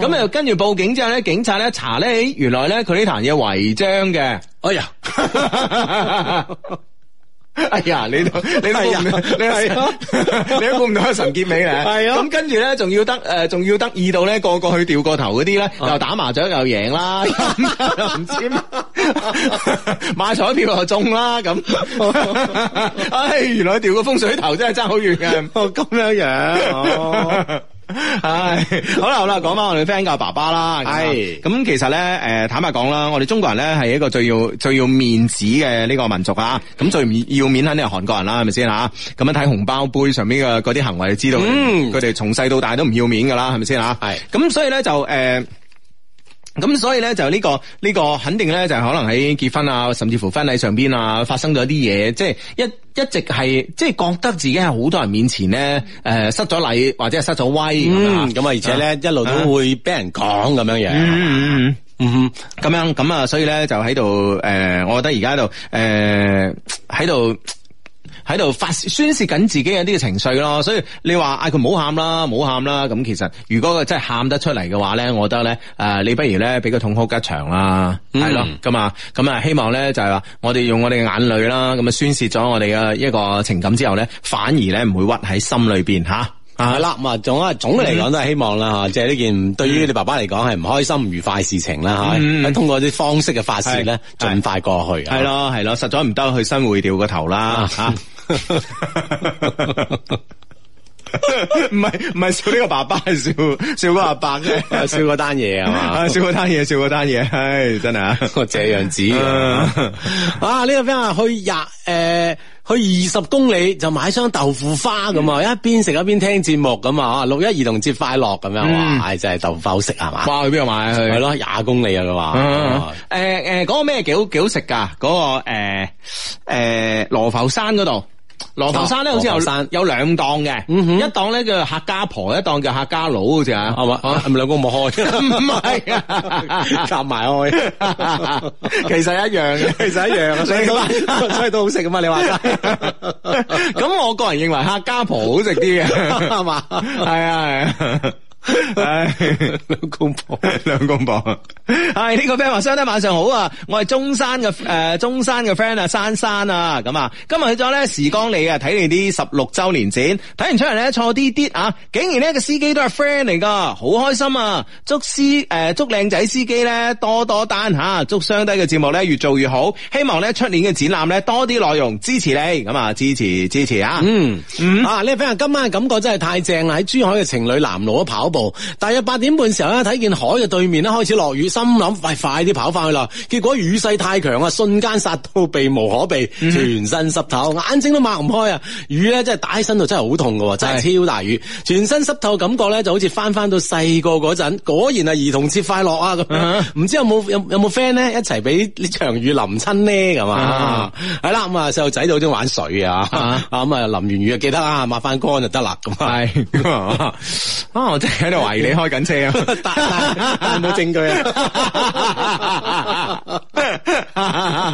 Speaker 1: 咁又跟住報警之後咧，警察咧查咧，咦原來咧佢呢壇嘢違章嘅。
Speaker 4: 哎呀！
Speaker 1: 哎呀，你都你都估唔到，你係你都估唔到係神結尾咧。
Speaker 4: 係啊
Speaker 1: 咁跟住咧，仲要得誒，仲要得意到咧，個個去掉個頭嗰啲咧，又打麻雀又贏啦，又唔知咩買彩票又中啦，咁。唉，原來掉個風水頭真係爭好遠嘅。
Speaker 4: 哦，咁樣樣，哦，
Speaker 1: 唉，好啦好啦，講翻我哋 friend 嘅爸爸啦，咁啊
Speaker 4: 係
Speaker 1: 咁其實咧，诶，坦白講啦，我哋中國人咧係一個最要最要面子嘅呢個民族啊，咁最唔要面肯定係韓國人啦，係咪先吓？咁樣睇紅包杯上面嘅嗰啲行為，就知道
Speaker 4: 嗯
Speaker 1: 佢哋從細到大都唔要面噶啦，係咪先吓？
Speaker 4: 係
Speaker 1: 咁所以咧就诶。呃咁所以咧就呢、個呢、個肯定咧就係可能喺結婚啊，甚至乎婚禮上邊啊，發生咗一啲嘢，即係一一直係即係覺得自己喺好多人面前咧，誒、失咗禮或者係失咗威咁樣啊
Speaker 4: 嗯，咁啊，而且咧一路都會俾人講咁樣樣，
Speaker 1: 嗯嗯嗯。
Speaker 4: 嗯
Speaker 1: 咁樣咁啊，所以咧就喺度诶，呃我覺得而家喺度诶喺度。喺度發宣泄緊自己嘅啲嘅情緒咯，所以你話啊嗌佢唔好喊啦，唔好喊啦。咁其實如果佢真係喊得出嚟嘅話咧，我覺得咧，誒、你不如咧俾佢痛哭一場啦，
Speaker 4: 嗯
Speaker 1: 係咯、咁啊，咁啊，希望咧就係話我哋用我哋嘅眼淚啦，咁啊宣泄咗我哋嘅一個情感之後咧，反而咧唔會屈喺心裏邊吓。啊
Speaker 4: 係啦，咁啊，總啊總嘅嚟講都係希望啦
Speaker 1: 嗯
Speaker 4: 嚇，即係呢件對於你爸爸嚟講係唔開心、唔愉快嘅事情啦
Speaker 1: 嗯
Speaker 4: 嚇，通過啲方式嘅發泄咧，
Speaker 1: 係
Speaker 4: 盡快過去啊
Speaker 1: 係，咯係咯，實在唔得去新會掉個頭啦啊吓。唔係唔係笑呢個爸爸，係笑笑個阿伯啫，
Speaker 4: 笑嗰單嘢啊嘛
Speaker 1: [LAUGHS] 啊。笑嗰單嘢，笑嗰單嘢，唉，真係啊！
Speaker 4: 我這樣子嘅啊！呢個啊 friend 話去廿诶、去二十公里就買箱豆腐花咁
Speaker 1: 嗯
Speaker 4: 啊，一邊食一邊聽節目咁啊，六一兒童節快樂咁樣，
Speaker 1: 嗯
Speaker 4: 哇！唉真係豆腐花好食係嘛？
Speaker 1: 哇，去邊度買啊？
Speaker 4: 係
Speaker 1: 去
Speaker 4: 咯，廿公里啊佢
Speaker 1: 啊
Speaker 4: 話，
Speaker 1: 诶诶，嗰個咩幾好幾好食㗎？嗰個诶诶羅浮山嗰度。羅浮山咧，
Speaker 4: 哦
Speaker 1: 好似有
Speaker 4: 羅浮山
Speaker 1: 有兩檔嘅，
Speaker 4: 嗯哼
Speaker 1: 一檔咧叫客家婆，一檔叫客家佬，好似啊，
Speaker 4: 係嘛？係咪兩公
Speaker 1: [LAUGHS]
Speaker 4: 冇開？
Speaker 1: 唔係啊，
Speaker 4: [LAUGHS] 夾埋開，
Speaker 1: 其實一樣嘅。
Speaker 4: 其實一樣
Speaker 1: [LAUGHS]
Speaker 4: 啊，所以都所以都好食噶啊嘛，你話齋
Speaker 1: 咁我個人認為客家婆好食啲
Speaker 4: [LAUGHS]
Speaker 1: 嘅，
Speaker 4: 係嘛？
Speaker 1: 係啊係啊。唉，兩公婆，兩公婆，係呢、個 friend 話，相弟晚上好啊，我係中山嘅诶、呃中山嘅 friend 啊，珊珊啊，咁啊，今日去咗咧時光里啊，睇你啲十六周年展，睇完出嚟咧錯啲啲啊，竟然呢個司機都係 friend 嚟噶，好開心啊！祝司诶、呃祝靚仔司機咧多多單吓、祝相低嘅節目咧越做越好，希望咧出年嘅展覽咧多啲內容支持你，咁啊支持支持啊，
Speaker 4: 嗯，啊呢位 friend 話今晚嘅感覺真係太正啦！喺珠海嘅情侶南路都啊跑步，大約八點半時候咧，睇見海嘅對面咧啊開始落雨，心諗喂快啲跑翻去啦！結果雨勢太強啊，瞬間殺到避無可避，全身濕透，眼睛都擘唔開啊！雨咧真係打喺身度真係好痛㗎喎，真係超大雨，全身濕透感覺咧就好似翻翻到細個嗰陣，果然係兒童節快樂啊咁樣。唔知有冇有有冇 friend 咧一齊俾呢場雨淋親呢？咁啊？係啦，咁啊細路仔都好中意玩水啊！
Speaker 1: 啊
Speaker 4: 啊咁啊，淋完雨就記得啊，抹翻乾就得啦，咁啊。
Speaker 1: 系 [LAUGHS] 啊！我真係喺度懷疑你開緊車啊！
Speaker 4: [LAUGHS] 但但但冇證據啊！
Speaker 1: [LAUGHS]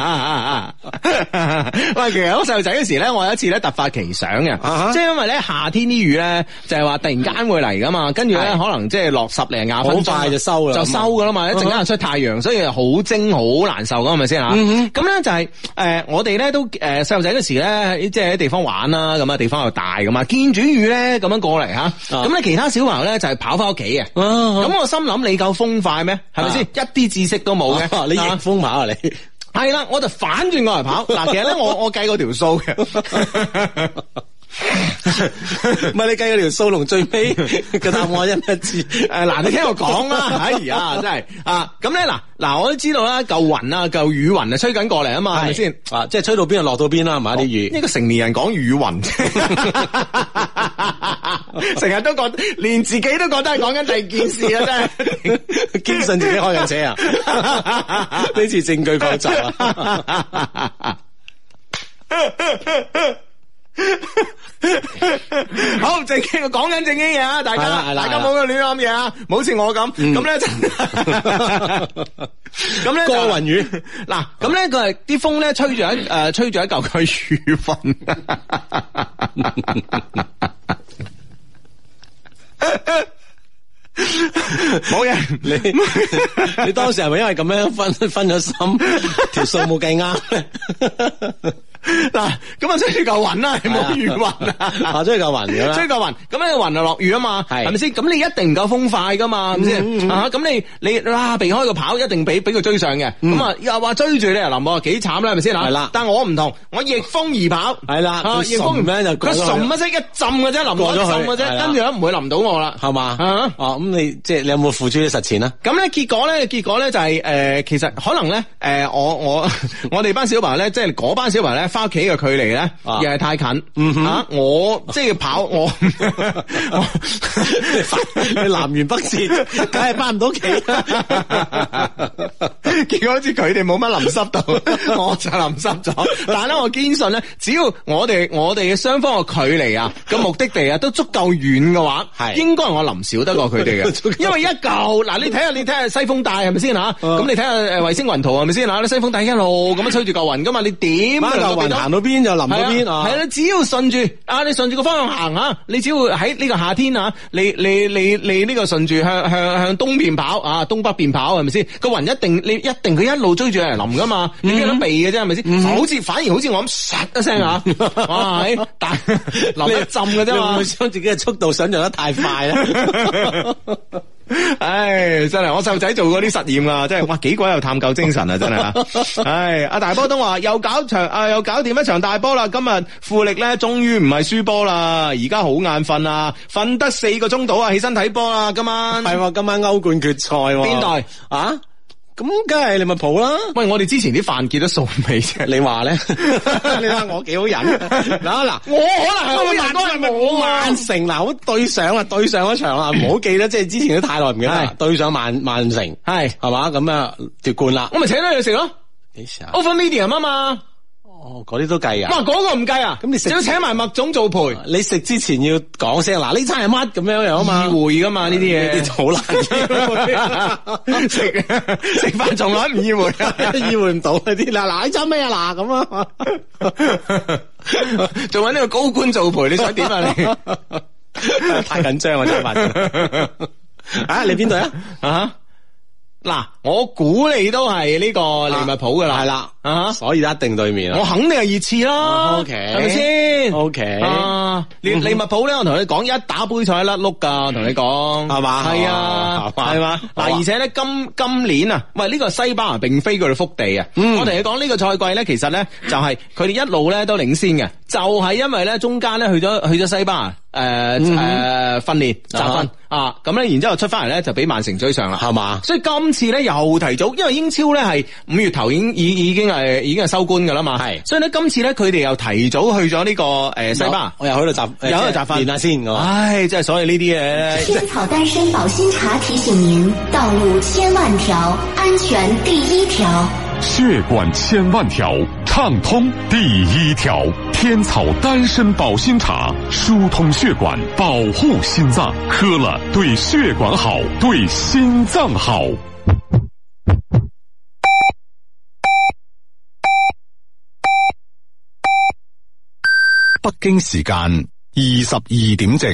Speaker 1: 喂，其實我細路仔嗰時咧，我有一次咧突發奇想
Speaker 4: 啊
Speaker 1: 嘅，
Speaker 4: 哈
Speaker 1: 即係因為咧夏天啲雨咧，就係話突然間會嚟噶嘛，跟住咧
Speaker 4: 係
Speaker 1: 可能即係落十零廿分鐘
Speaker 4: 好快就收啦啊
Speaker 1: 就收噶啦嘛，一陣間出太陽，所以好蒸好難受噶，係咪先
Speaker 4: 嗯
Speaker 1: 啊？咁咧就係誒，我哋咧都誒細路仔嗰時咧，即係喺地方玩啦，咁啊地方又大咁嘛，見住雨咧咁樣過嚟
Speaker 4: 啊
Speaker 1: 嚇，咁咧其他小朋友咧就係跑翻屋企嘅。
Speaker 4: 咁
Speaker 1: 咁我心諗你夠風快咩？係咪先？
Speaker 4: 啊
Speaker 1: 一啲知識都冇嘅，
Speaker 4: [LAUGHS] 你逆
Speaker 1: 啊
Speaker 4: 風跑啊你？
Speaker 1: 係啦，我就反轉過嚟跑。嗱，其實咧，我我計過條數嘅。
Speaker 4: [LAUGHS]
Speaker 1: [LAUGHS]
Speaker 4: 唔係你計嗰條數龍最 [LAUGHS] 尾嘅答案一一致。
Speaker 1: 誒嗱，你聽我講
Speaker 4: [LAUGHS]
Speaker 1: 啦，哎呀，真係啊！咁咧嗱嗱，我都知道啦，嚿雲啊，嚿雨雲啊，吹緊過嚟啊嘛，係咪先？
Speaker 4: 啊，即係吹到邊就落到邊啦，係咪啲雨？
Speaker 1: 哦呢
Speaker 4: [LAUGHS]
Speaker 1: 個成年人講雨雲，成日都覺得連自己都覺得係講緊第二件事啊！真係。
Speaker 4: 堅信自己開緊車啊！ [LAUGHS] 呢次證據確鑿啊！
Speaker 1: [LAUGHS]
Speaker 4: [LAUGHS]
Speaker 1: 好正經，講緊正經嘢啊！大家
Speaker 4: 係啦係啦嗯
Speaker 1: 大家冇亂諗嘢啊，唔好似我咁咁
Speaker 4: [LAUGHS]
Speaker 1: 咧就 [LAUGHS] 咁咧就
Speaker 4: 過雲啊雨
Speaker 1: 嗱，咁咧佢係啲風咧吹住
Speaker 4: [LAUGHS]
Speaker 1: 一誒吹住一嚿佢雨粉。冇嘢，
Speaker 4: 你你當時係咪因為咁樣分分咗 [LAUGHS] 心，條數冇計啱咧？
Speaker 1: [LAUGHS] 嗱，咁啊吹住嚿雲
Speaker 4: [LAUGHS]
Speaker 1: 啦，你冇雨雲
Speaker 4: 啊， [LAUGHS]
Speaker 1: 啊。
Speaker 4: 追嚿雲咁啦
Speaker 1: 吹。嚿雲，咁咧雲就落雨啊嘛，
Speaker 4: 係嗯
Speaker 1: 係咪先？咁你一定唔夠風快噶嘛，係咪先？啊，咁你你啦避開個跑，一定俾俾佢追上嘅。咁啊又話追住你啊，林博幾慘啦，係咪先啊？
Speaker 4: 嗯係啦
Speaker 1: 但我唔同，我逆風而跑，
Speaker 4: 係啦
Speaker 1: 啊
Speaker 4: 佢
Speaker 1: 逆風
Speaker 4: 馴咧就過
Speaker 1: 佢
Speaker 4: 咗去
Speaker 1: 馴乜啫，一浸嘅啫，林博一浸
Speaker 4: 過咗去
Speaker 1: 嘅
Speaker 4: 係
Speaker 1: 啫，
Speaker 4: 啦
Speaker 1: 跟住咧唔會淋到我啦，
Speaker 4: 係嘛？
Speaker 1: 啊
Speaker 4: 哦，咁你即係你有冇付諸啲實踐啊？
Speaker 1: 咁咧，結果咧，結果咧就係、呃其實可能咧，誒、我我 [LAUGHS] 我哋班小朋友咧，即係嗰班小朋友咧，翻屋企嘅距離咧，
Speaker 4: 啊
Speaker 1: 又係太近，啊，我即係跑我，我 [LAUGHS]
Speaker 4: 你南辕北辙，梗係翻唔到屋企
Speaker 1: [LAUGHS] 結果好似佢哋冇乜淋濕到，我就淋濕咗。但係咧，我堅信咧，只要我哋我哋嘅雙方嘅距離啊，個目的地啊，都足夠遠嘅話，
Speaker 4: 係
Speaker 1: 應該我淋少得過佢
Speaker 4: [LAUGHS]
Speaker 1: 哋嘅，因為一嚿嗱，你睇下你睇下西風帶係咪先
Speaker 4: 啊
Speaker 1: 嚇？咁你睇下誒衛星雲圖係咪先啊嚇？你西風帶一路咁樣吹住嚿雲噶嘛，你點
Speaker 4: 翻嚿雲行到邊就淋到邊啊！
Speaker 1: 系啦，只要順住啊，你順住個方向行啊，你只要喺呢個夏天啊，你你你你呢個順住向向向東邊跑啊，東北邊跑係咪先？個雲一定你一定佢一路追住嚟淋噶嘛，你邊有得避嘅啫係咪先？好似反而好似我咁唰一聲啊，哇！係但 [LAUGHS] 淋一浸嘅啫
Speaker 4: 哦你會唔
Speaker 1: 嘛
Speaker 4: 會。將自己嘅速度想象得太快 [LAUGHS] 咧？
Speaker 1: [LAUGHS] 唉，真係我細路仔做過啲實驗啊，真係哇幾鬼有探究精神啊，真係
Speaker 4: [LAUGHS]
Speaker 1: 啊！唉，阿大波都話又搞場啊，又搞掂一場大波啦，今日富力咧終於唔係輸波啦，而家好眼瞓啊，瞓得四個鐘到啊，起身睇波啦，今晚
Speaker 4: 係喎，今晚歐冠決賽喎。
Speaker 1: 邊隊
Speaker 4: 啊？咁梗係利物浦啦。
Speaker 1: 喂，我哋之前啲飯結咗數未啫？ [LAUGHS]
Speaker 4: 你話咧？ [LAUGHS] 你話我幾好忍？
Speaker 1: 啊
Speaker 4: 嗱嗱，我可能係好
Speaker 1: 人
Speaker 4: 係咪啊我曼城嗱，好對上啊，對上嗰場 [LAUGHS] 啊，唔好記得，即係之前都太耐唔記得啦
Speaker 1: 係。
Speaker 4: 對上曼曼城
Speaker 1: 係
Speaker 4: 係嘛？咁啊奪冠啦
Speaker 1: 我。咪請咗你食咯
Speaker 4: 幾時啊？
Speaker 1: ，Open Medium 啊嘛。
Speaker 4: 哦，嗰啲都計
Speaker 1: 哇，
Speaker 4: 啊。
Speaker 1: 嗰個唔計啊，
Speaker 4: 咁你食
Speaker 1: 仲要請埋麥總做陪，
Speaker 4: 啊你食之前要講聲嗱，呢餐係乜咁樣樣啊嘛
Speaker 1: 意。會噶嘛呢啲嘢
Speaker 4: 呢。啲好難
Speaker 1: [LAUGHS] 食食飯從來唔意會，
Speaker 4: 意會唔到嗰啲嗱嗱，呢餐咩啊嗱咁啊，
Speaker 1: 仲揾呢個高官做陪，你想點啊
Speaker 4: [LAUGHS]
Speaker 1: 你？
Speaker 4: 太緊張啊 [LAUGHS] 真係發現。啊，你邊隊啊？
Speaker 1: 啊！嗱，我估你都係呢個利物浦噶啦，
Speaker 4: 係啦
Speaker 1: 啊！哦
Speaker 4: 所以一定對面
Speaker 1: 我
Speaker 4: 啊。
Speaker 1: 肯定係熱刺啦
Speaker 4: 啊，OK
Speaker 1: 係咪先
Speaker 4: OK
Speaker 1: 啊，利利物浦咧，我同你講，一打杯賽甩碌噶，我同你講，
Speaker 4: 係嘛
Speaker 1: 嗯係啊，
Speaker 4: 係嘛
Speaker 1: 係嘛，
Speaker 4: 好啊
Speaker 1: 嗱，而且咧今今年啊，喂，呢個西班牙並非佢哋福地啊，我同你講呢個賽季咧，其實咧就係佢哋一路咧都領先嘅，就係因為咧中間咧去咗去咗西班牙。誒誒，訓練集訓嗯啊，咁咧，然之後出翻嚟咧就俾曼城追上啦，
Speaker 4: 係嘛
Speaker 1: 所以今次咧又提早，因為英超咧係五月頭已經已已經係已經係收官噶啦嘛，
Speaker 4: 係
Speaker 1: 所以咧今次咧佢哋又提早去咗呢、個誒、呃西班牙，
Speaker 4: 我又喺度集，
Speaker 1: 又喺度集訓
Speaker 4: 練下先啊我。
Speaker 1: 唉，即係所以呢啲嘢。 [LAUGHS]
Speaker 5: 天草丹参保心茶提醒您：道路千万条，安全第一条。
Speaker 6: 血管千万条，畅通第一条。天草丹参保心茶，疏通血管，保护心脏。喝了对血管好，对心脏好。
Speaker 7: 北京時間二十二點正。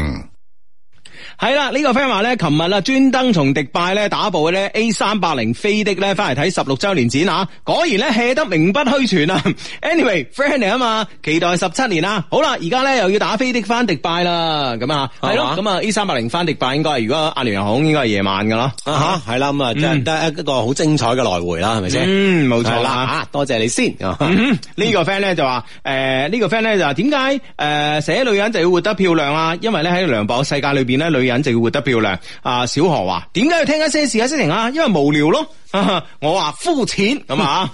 Speaker 1: 係啦，呢、個 friend 話咧，琴日啊專登從迪拜咧打部咧 A 三八零飛的咧翻嚟睇十六周年展啊，果然咧 hea 得名不虛傳啊。Anyway，friend 嚟啊嘛，期待十七年啦。好啦，而家咧又要打飛的翻迪拜啦，咁啊，係
Speaker 4: 係嘛
Speaker 1: 咯，咁啊 A 三八零翻迪拜應該係如果阿聯酋航空應該係夜晚噶啦。
Speaker 4: 啊吓，系啦，咁啊，即係得一個好精彩嘅來回啦，係咪先？
Speaker 1: 嗯，冇
Speaker 4: 係
Speaker 1: 錯
Speaker 4: 啦，
Speaker 1: 啦。
Speaker 4: 啊，多謝你先。
Speaker 1: 嗯呢個 friend 咧就話，誒、呢、個 friend 咧就話點解誒寫女人就要活得漂亮啊？因為咧喺梁博世界裏邊咧，女人就要活得漂亮。啊，小何話點解要聽一些事一些情啊？因為無聊咯。啊我話膚淺咁啊！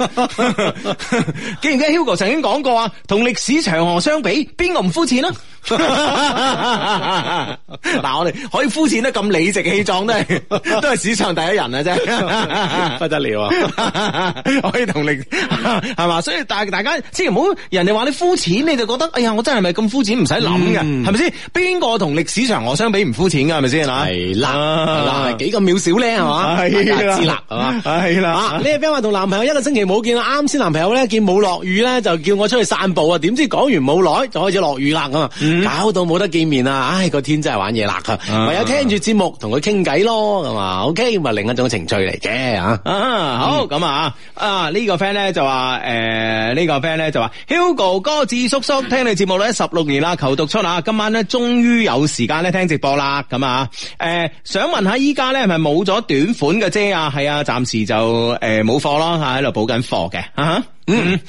Speaker 1: [LAUGHS] 記唔記得 Hugo 曾經講過啊？同歷史長河相比，邊個唔膚淺啊？ [LAUGHS] 嗱，我哋可以膚淺得咁理直氣壯，都係都係史上第一人啊！啫，
Speaker 4: [LAUGHS] 不得了啊！
Speaker 1: [LAUGHS] 可以同你係嘛，所以大大家千祈唔好人哋話你膚淺，你就覺得哎呀，我真係咪咁膚淺？唔使諗嘅，
Speaker 4: 嗯
Speaker 1: 係咪先？邊個同歷史長河相比唔膚淺㗎？係咪先啊？
Speaker 4: 係啦，係
Speaker 1: 啊
Speaker 4: 啦，幾咁渺小咧，係嘛？
Speaker 1: 係
Speaker 4: 大
Speaker 1: 啦
Speaker 4: 家知啦，係嘛？
Speaker 1: 係啦
Speaker 4: 啊呢個 friend 話同男朋友一個星期冇見啦，啱先男朋友咧見冇落雨咧，就叫我出去散步啊，點知講完冇耐就開始落雨啦，咁啊，搞到冇得見面啊，唉，個天真係玩嘢啦，唯有聽住節目同佢傾偈咯，咁啊，OK，咁啊，另一種情趣嚟嘅啊。
Speaker 1: 啊，好咁啊，啊呢、個 friend 咧就話，誒、呢、個 friend 咧就話，Hugo 哥智叔叔聽你節目咧十六年啦，求讀出啊，今晚咧終於有時間咧聽直播啦，咁啊，誒、想問下依家咧係咪冇咗短款嘅遮啊？係啊，暫時就誒冇貨咯，吓喺度補緊貨嘅，啊哈
Speaker 4: 嗯。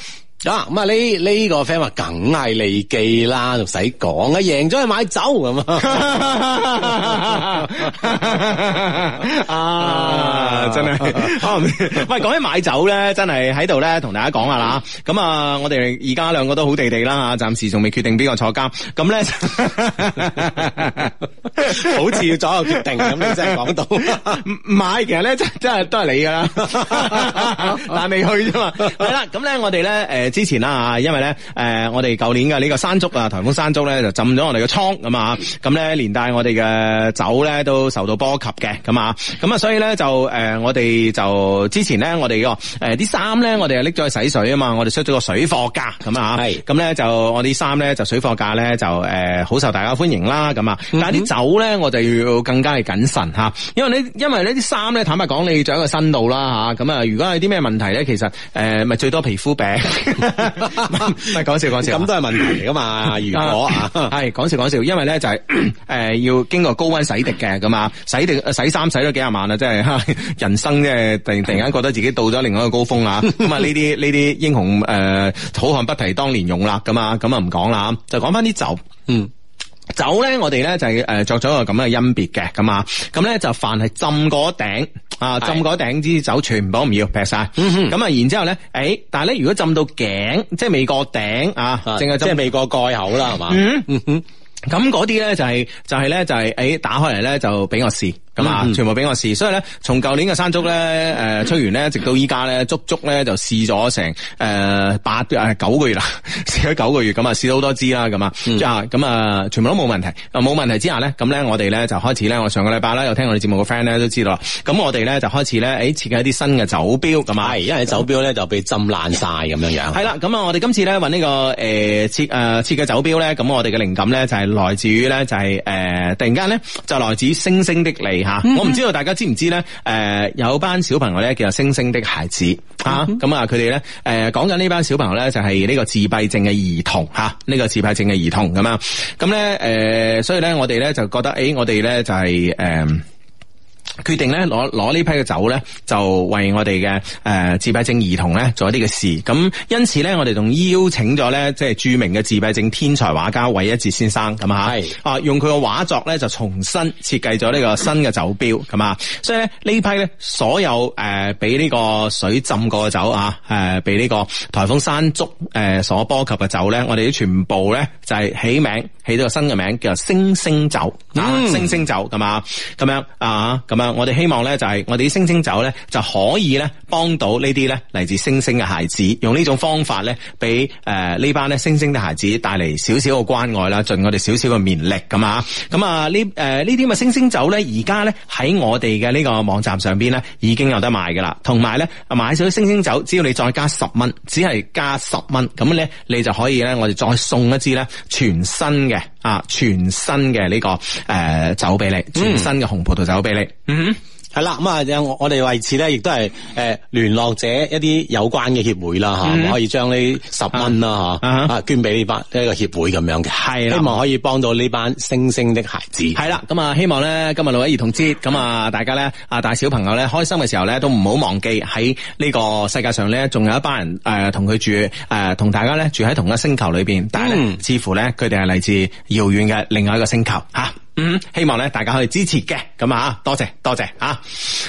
Speaker 4: 啊，咁啊呢呢個 friend 話梗係利記啦，仲使講啊，贏咗去買酒咁啊！
Speaker 1: 啊，真係，啊唔喂，講起買酒咧，真係喺度咧同大家講下啦。咁啊，我哋而家兩個都好地地啦，暫時仲未決定邊個坐監。咁 [LAUGHS] 咧，
Speaker 4: 好似要左右決定咁，你真係
Speaker 1: [LAUGHS]
Speaker 4: 講到。
Speaker 1: 唔唔係，其實咧真真係都係你噶啦， [LAUGHS] 但係未去啫嘛。係啦，咁咧我哋咧誒之前啦啊，因為咧誒我哋舊年嘅呢個山竹啊，颱風山竹咧就浸咗我哋嘅倉咁啊，咁咧連帶我哋嘅酒咧都受到波及嘅咁啊，咁啊所以咧就誒我哋就之前咧我哋個誒啲衫咧我哋係拎咗去洗水啊嘛，我哋出咗個水貨價咁啊，
Speaker 4: 係
Speaker 1: 咁咧就我啲衫咧就水貨價咧就誒好受大家歡迎啦咁啊，
Speaker 4: 嗯
Speaker 1: 但係啲酒咧我就要更加係謹慎嚇，因為呢因為呢啲衫咧坦白講你着喺個身度啦嚇，咁啊如果有啲咩問題咧，其實誒咪最多皮
Speaker 4: [LAUGHS]
Speaker 1: 膚病，唔係講笑講笑，啊
Speaker 4: 咁都係問題嚟噶嘛？如果啊，
Speaker 1: [LAUGHS] 係講笑講笑，因為咧就係 [CLEARS THROAT] 誒要經過高温洗滌嘅咁啊，洗滌洗衫洗咗幾廿萬啦，真係 [LAUGHS] 人生即係突然突然間覺得自己到咗另外一個高
Speaker 4: [LAUGHS]
Speaker 1: 峰啦。咁啊呢啲呢啲英雄呃誒，好漢不提當年勇啦，咁啊咁啊唔講啦，就講翻啲酒。
Speaker 4: 嗯。
Speaker 1: 酒咧，我哋咧就係誒作咗一個咁嘅甄別嘅咁啊，咁咧就凡係浸過頂啊，
Speaker 4: 係嗯
Speaker 1: 浸過頂支酒全部唔要劈晒，咁啊，然之後咧，誒，但係咧如果浸到頸，即係未過頂啊，
Speaker 4: 啊
Speaker 1: 淨係
Speaker 4: 即
Speaker 1: 浸
Speaker 4: 係未過蓋口啦，係
Speaker 1: Ừ.
Speaker 4: 嘛？
Speaker 1: 嗯咁嗰啲咧就係、就係、咧就係、誒、打開嚟咧就俾我試咁
Speaker 4: 嗯
Speaker 1: 啊，全部俾我試，所以咧從舊年嘅山竹咧誒、吹完咧，直到依家咧足足咧就試咗成誒八誒九個月啦， [LAUGHS] 試咗九個月咁啊，試咗好多支啦咁啊，
Speaker 4: 嗯
Speaker 1: 啊咁啊全部都冇問題，啊冇問題之下咧，咁咧我哋咧就開始咧，我上個禮拜咧有聽我哋節目嘅 friend 咧都知道啦，咁我哋咧就開始咧誒設計一啲新嘅酒標咁啊，
Speaker 4: 係，因為酒標咧就被浸爛晒咁樣樣。
Speaker 1: 系啦，咁啊，我哋今次咧揾呢個诶設诶設計酒標咧，咁我哋嘅靈感咧就係來自於咧就係呃突然間咧就來自於星星的你吓，
Speaker 4: 嗯
Speaker 1: 我唔知道大家知唔知咧诶有班小朋友咧叫做星星的孩子
Speaker 4: 嗯
Speaker 1: 吓，咁啊佢哋咧诶講緊呢班小朋友咧就係呢個自閉症嘅兒童吓，呢個自閉症嘅兒童咁啊，咁咧诶所以咧我哋咧就覺得诶我哋咧就係呃诶。決定咧攞攞呢批嘅酒咧，就為我哋嘅誒自閉症兒童咧做一啲嘅事。咁因此咧，我哋仲邀請咗咧即係著名嘅自閉症天才畫家韋一哲先生咁啊，
Speaker 4: 係
Speaker 1: 啊用佢嘅畫作咧就重新設計咗呢個新嘅酒標咁啊。所以咧呢批咧所有誒俾呢個水浸過嘅酒啊，誒俾呢個颱風山竹誒、呃所波及嘅酒咧，我哋都全部咧就係、起名起咗個新嘅名叫做星星酒啊，星星酒咁啊，咁樣啊，咁樣我哋希望咧就係、我哋啲星星酒咧就可以咧幫到呢啲咧嚟自星星嘅孩子，用呢種方法咧俾誒呢班咧星星嘅孩子帶嚟少少嘅關愛啦，盡我哋少少嘅綿力咁啊，咁啊呢誒呢啲咁嘅星星酒咧，而家咧喺我哋嘅呢個網站上邊咧已經有得賣噶啦，同埋咧買咗啲星星酒，只要你再加十蚊，只係加十蚊，咁咧你就可以咧我哋再送一支咧全新嘅啊全新嘅呢、個誒、酒俾
Speaker 4: 嗯
Speaker 1: 你，全新嘅紅葡萄酒俾你。
Speaker 4: 係啦，咁啊，我我哋為此咧，亦都係誒聯絡者一啲有關嘅協會啦嚇，可以將呢十蚊啦嚇
Speaker 1: 啊
Speaker 4: 嗯啊捐俾呢班呢個協會咁樣嘅，
Speaker 1: 係啦
Speaker 4: 希望可以幫到呢班星星的孩子。
Speaker 1: 系啦，咁啊，希望咧今日六一兒童節，咁啊，大家咧啊大小朋友咧開心嘅時候咧，都唔好忘記喺呢個世界上咧，仲有一班人诶同佢住诶，呃同、大家咧住喺同一個星球裏边，但係咧、
Speaker 4: 嗯
Speaker 1: 似乎咧佢哋係嚟自遙遠嘅另外一個星球吓。啊嗯，希望咧大家可以支持嘅，咁啊，多謝多謝啊！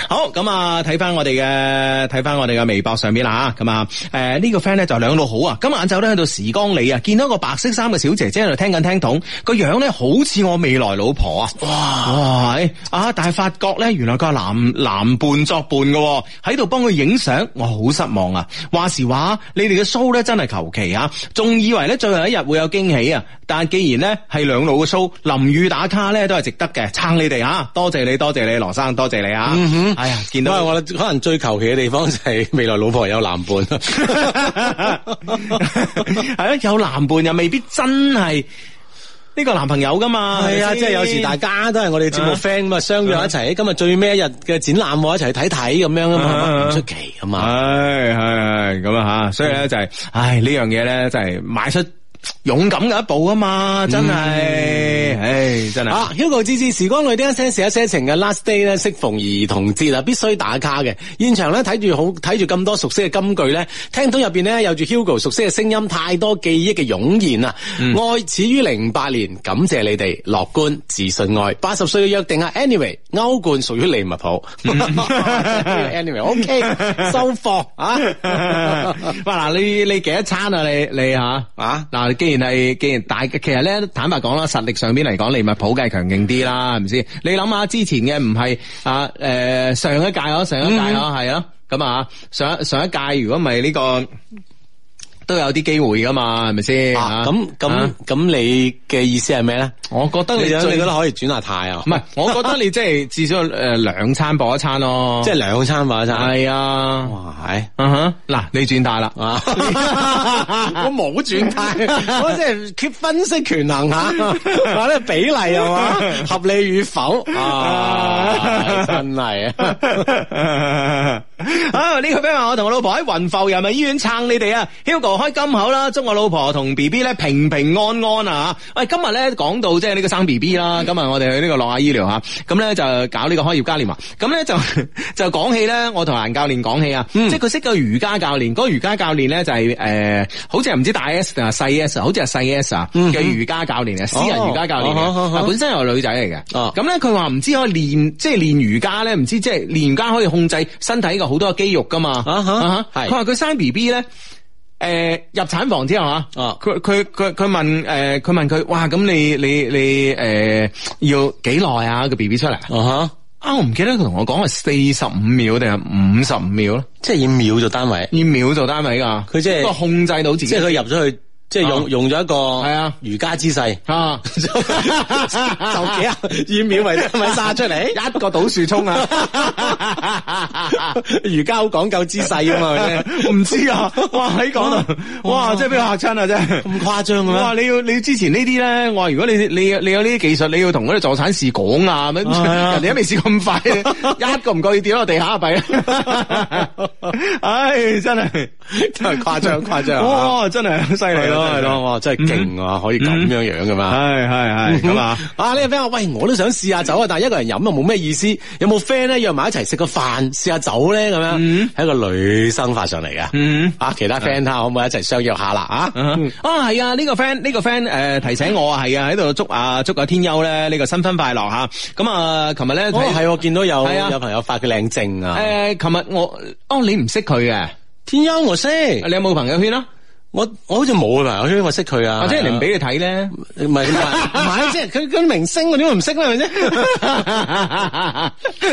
Speaker 1: 好，咁啊，睇翻我哋嘅睇翻我哋嘅微博上面啦吓，咁啊，诶、呢、個 friend 咧就兩老好啊，今晚晏晝咧去到時光里啊，見到一個白色衫嘅小姐姐喺度聽緊聽筒，個樣咧好似我未來老婆啊！哇哇啊！但係發覺咧，原來佢係男男伴作伴嘅喎，喺度幫佢影相，我好失望啊！話時話，你哋嘅 show 咧真係求其啊，仲以為咧最後一日會有驚喜啊！但既然咧係兩老嘅 show，淋雨打卡咧都係值得嘅，撐你哋啊！多謝你，多謝你，羅生，多謝你啊！哎呀，見
Speaker 4: 因為
Speaker 1: 到
Speaker 4: 我可能最求其嘅地方就係未來老婆有男 [LAUGHS] 伴，
Speaker 1: [LAUGHS] 係啊，有男伴又未必真係呢個男朋友噶嘛，
Speaker 4: 係啊，
Speaker 1: 咪
Speaker 4: 即
Speaker 1: 先
Speaker 4: 係有時大家都係我哋節目
Speaker 1: 啊
Speaker 4: friend 咁啊，相約一齊，今日最尾一日嘅展覽喎，一齊去睇睇咁樣啊嘛，唔出奇啊嘛。
Speaker 1: 唉，系系咁啊
Speaker 4: 嗯
Speaker 1: 吓，所以咧就係，唉呢樣嘢咧就係邁出勇敢嘅一步啊嘛，真係，唉真係。
Speaker 4: 嗯啊，Hugo 芝芝時光裏的一些事一些情嘅 last day 咧，適逢兒童節啊，必須打卡嘅。現場咧睇住好睇住咁多熟悉嘅金句咧，聽到入邊咧有住 Hugo 熟悉嘅聲音，太多記憶嘅湧現啊！
Speaker 1: 嗯
Speaker 4: 愛始於零八年，感謝你哋樂觀自信愛。八十歲嘅約定啊，anyway，歐冠屬於利物
Speaker 1: [LAUGHS]
Speaker 4: 浦。anyway，OK，收貨啊！
Speaker 1: 哇！嗱，你你幾多餐啊？你你吓
Speaker 4: 啊
Speaker 1: 嗱，既然係既然大，其實咧坦白講啦，實力上邊嚟講，利物浦梗係強勁啲啦，係咪先？你諗下之前嘅唔係啊誒、上一屆咯，上一屆咯，
Speaker 4: 嗯
Speaker 1: 係咯、咁啊上一上一屆如果唔係呢個。都有啲機會噶嘛，係咪先？
Speaker 4: 啊咁咁
Speaker 1: 啊
Speaker 4: 咁，你嘅意思係咩咧？
Speaker 1: 我覺得
Speaker 4: 你
Speaker 1: 你
Speaker 4: 想
Speaker 1: 最
Speaker 4: 你覺得可以轉下態啊？
Speaker 1: 唔
Speaker 4: [LAUGHS]
Speaker 1: 係，我覺得你即係至少誒兩餐搏一餐咯，
Speaker 4: 即係兩餐飯一餐。
Speaker 1: 係啊，
Speaker 4: 哇，係。
Speaker 1: 嗯哼，嗱，你轉大啦，
Speaker 4: 啊！ [LAUGHS] 我冇轉態， [LAUGHS] 我即係缺分析權衡 [LAUGHS] 下，或者比例係嘛， [LAUGHS] 合理與否啊！真係啊！
Speaker 1: 啊！ [LAUGHS] 呢、個 friend 話我同我老婆喺云浮人民醫院撐你哋啊，Hugo 開金口啦，祝我老婆同 B B 咧平平安安啊！喂，今日咧講到即係呢個生 B B 啦，今日我哋去呢個樂雅醫療吓，咁咧就搞呢個開業嘉年華，咁咧就就 [LAUGHS] 講起咧，我同顏教練講起啊，
Speaker 4: 嗯
Speaker 1: 即係佢識個瑜伽教練，嗰、個瑜伽教練咧就係、呃好似係唔知大 S 定係細 S，好似係細 S 啊嘅瑜伽教練啊，私人瑜伽教練
Speaker 4: 嗯哦哦哦
Speaker 1: 嘅，
Speaker 4: 哦
Speaker 1: 啊本身又係女仔嚟嘅，
Speaker 4: 哦
Speaker 1: 咁咧佢話唔知可以練，即係練瑜伽咧，唔知即係練瑜伽可以控制身體嘅好多嘅肌肉噶嘛。
Speaker 4: 啊哈
Speaker 1: 啊哈
Speaker 4: 係
Speaker 1: 佢話佢生 B B 咧。誒、入產房之後啊，
Speaker 4: 啊
Speaker 1: 佢佢佢佢問誒，呃佢、問佢，哇，咁你你你誒、呃要幾耐啊個 B B 出嚟？
Speaker 4: 啊哈，
Speaker 1: 啊，我唔記得佢同我講係四十五秒定係五十五秒咯，
Speaker 4: 即係以秒做單位，
Speaker 1: 以秒做單位㗎。
Speaker 4: 佢即係
Speaker 1: 不過控制到自己，
Speaker 4: 即係佢入咗去，即係
Speaker 1: 啊
Speaker 4: 用用咗一個係
Speaker 1: 啊
Speaker 4: 瑜伽姿 [LAUGHS] 勢，
Speaker 1: 啊，就幾啊，
Speaker 4: 以秒為單
Speaker 1: [LAUGHS]
Speaker 4: 位生出 [LAUGHS] 嚟。
Speaker 1: 一個倒樹衝啊！
Speaker 4: 瑜伽好講究姿勢 [LAUGHS] 啊嘛，係咪
Speaker 1: [LAUGHS]
Speaker 4: 先
Speaker 1: 唔知啊，哇喺講到， [LAUGHS] 哇真係俾我嚇親啊真係。
Speaker 4: 咁誇張嘅
Speaker 1: 哇！
Speaker 4: 咩？
Speaker 1: 你要你要之前呢啲咧，我話如果你你你有呢啲技術，你要同嗰啲助產士講 [LAUGHS] 啊，咁人哋都未試過咁 [LAUGHS] 快，一個唔覺意跌落地下弊 [LAUGHS] 啦！唉，真係真係誇張誇張哇！真係好犀利
Speaker 4: 啊係
Speaker 1: 咯，
Speaker 4: 咯嗯
Speaker 1: 係
Speaker 4: 係咯，
Speaker 1: 咯，
Speaker 4: 哇！真係勁啊，可以咁樣樣噶嘛？
Speaker 1: 係係係咁啊！
Speaker 4: 啊！呢個 friend 話：喂，我都想試下酒啊，但係一個人飲啊冇咩意思。有冇 friend 咧約埋一齊食個飯，試下酒咧咁樣？係一個女生發上嚟嘅。
Speaker 1: 嗯
Speaker 4: 啊，其他 friend 睇下可唔可以一齊相約下啦？啊，
Speaker 1: 嗯啊，係啊，呢、個 friend 呢、個 friend 誒、提醒我啊，係啊，喺度祝啊祝啊天優咧呢、個新婚快樂吓。咁啊，琴日咧
Speaker 4: 哦，係我見到有
Speaker 1: 係啊
Speaker 4: 有朋友發嘅靚證啊。
Speaker 1: 誒，琴日我哦，你唔識佢嘅，
Speaker 4: 天優我識，
Speaker 1: 你有冇朋友圈啊？
Speaker 4: 我我好似冇嘅朋友圈，我識佢啊。
Speaker 1: 或者人哋唔俾你睇咧？
Speaker 4: 唔係唔係，唔
Speaker 1: [LAUGHS]
Speaker 4: 係即係佢佢啲明星，我點會唔識咧？係咪先？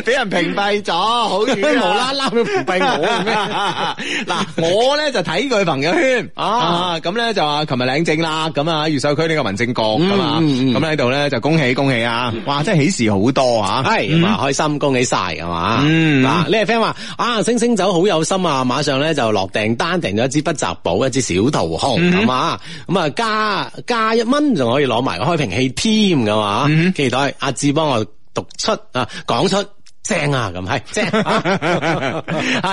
Speaker 1: 俾人屏蔽咗，
Speaker 4: [LAUGHS]
Speaker 1: 好遠啊
Speaker 4: 無啦啦要屏蔽我嘅咩？
Speaker 1: [LAUGHS] 嗱，我咧就睇佢朋友圈
Speaker 4: 啊
Speaker 1: 啊，咁咧就話琴日領證啦，咁啊，越秀區呢個民政局咁啊，
Speaker 4: 嗯嗯嗯
Speaker 1: 咁喺度咧就恭喜恭喜啊！哇，真係喜事好多啊！
Speaker 4: 系咁啊，開心，恭喜晒係嘛？
Speaker 1: 嗯
Speaker 4: 嗱，呢個 friend 話啊，星星酒好有心啊，馬上咧就落訂單訂咗一支不擇寶，一支小桃紅
Speaker 1: 嗯
Speaker 4: 咁啊，咁啊加加一蚊仲可以攞埋個開瓶器添咁啊，
Speaker 1: 嗯
Speaker 4: 期待阿志幫我讀出啊，講出正啊咁係正啊。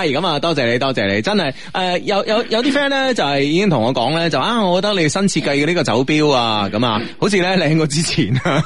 Speaker 1: [LAUGHS] 係咁啊，多謝你，多謝你，真係誒、有有有啲 friend 咧就係、已經同我講咧，就啊，我覺得你新設計嘅呢個酒標啊，咁啊，好似咧靚過之前啊，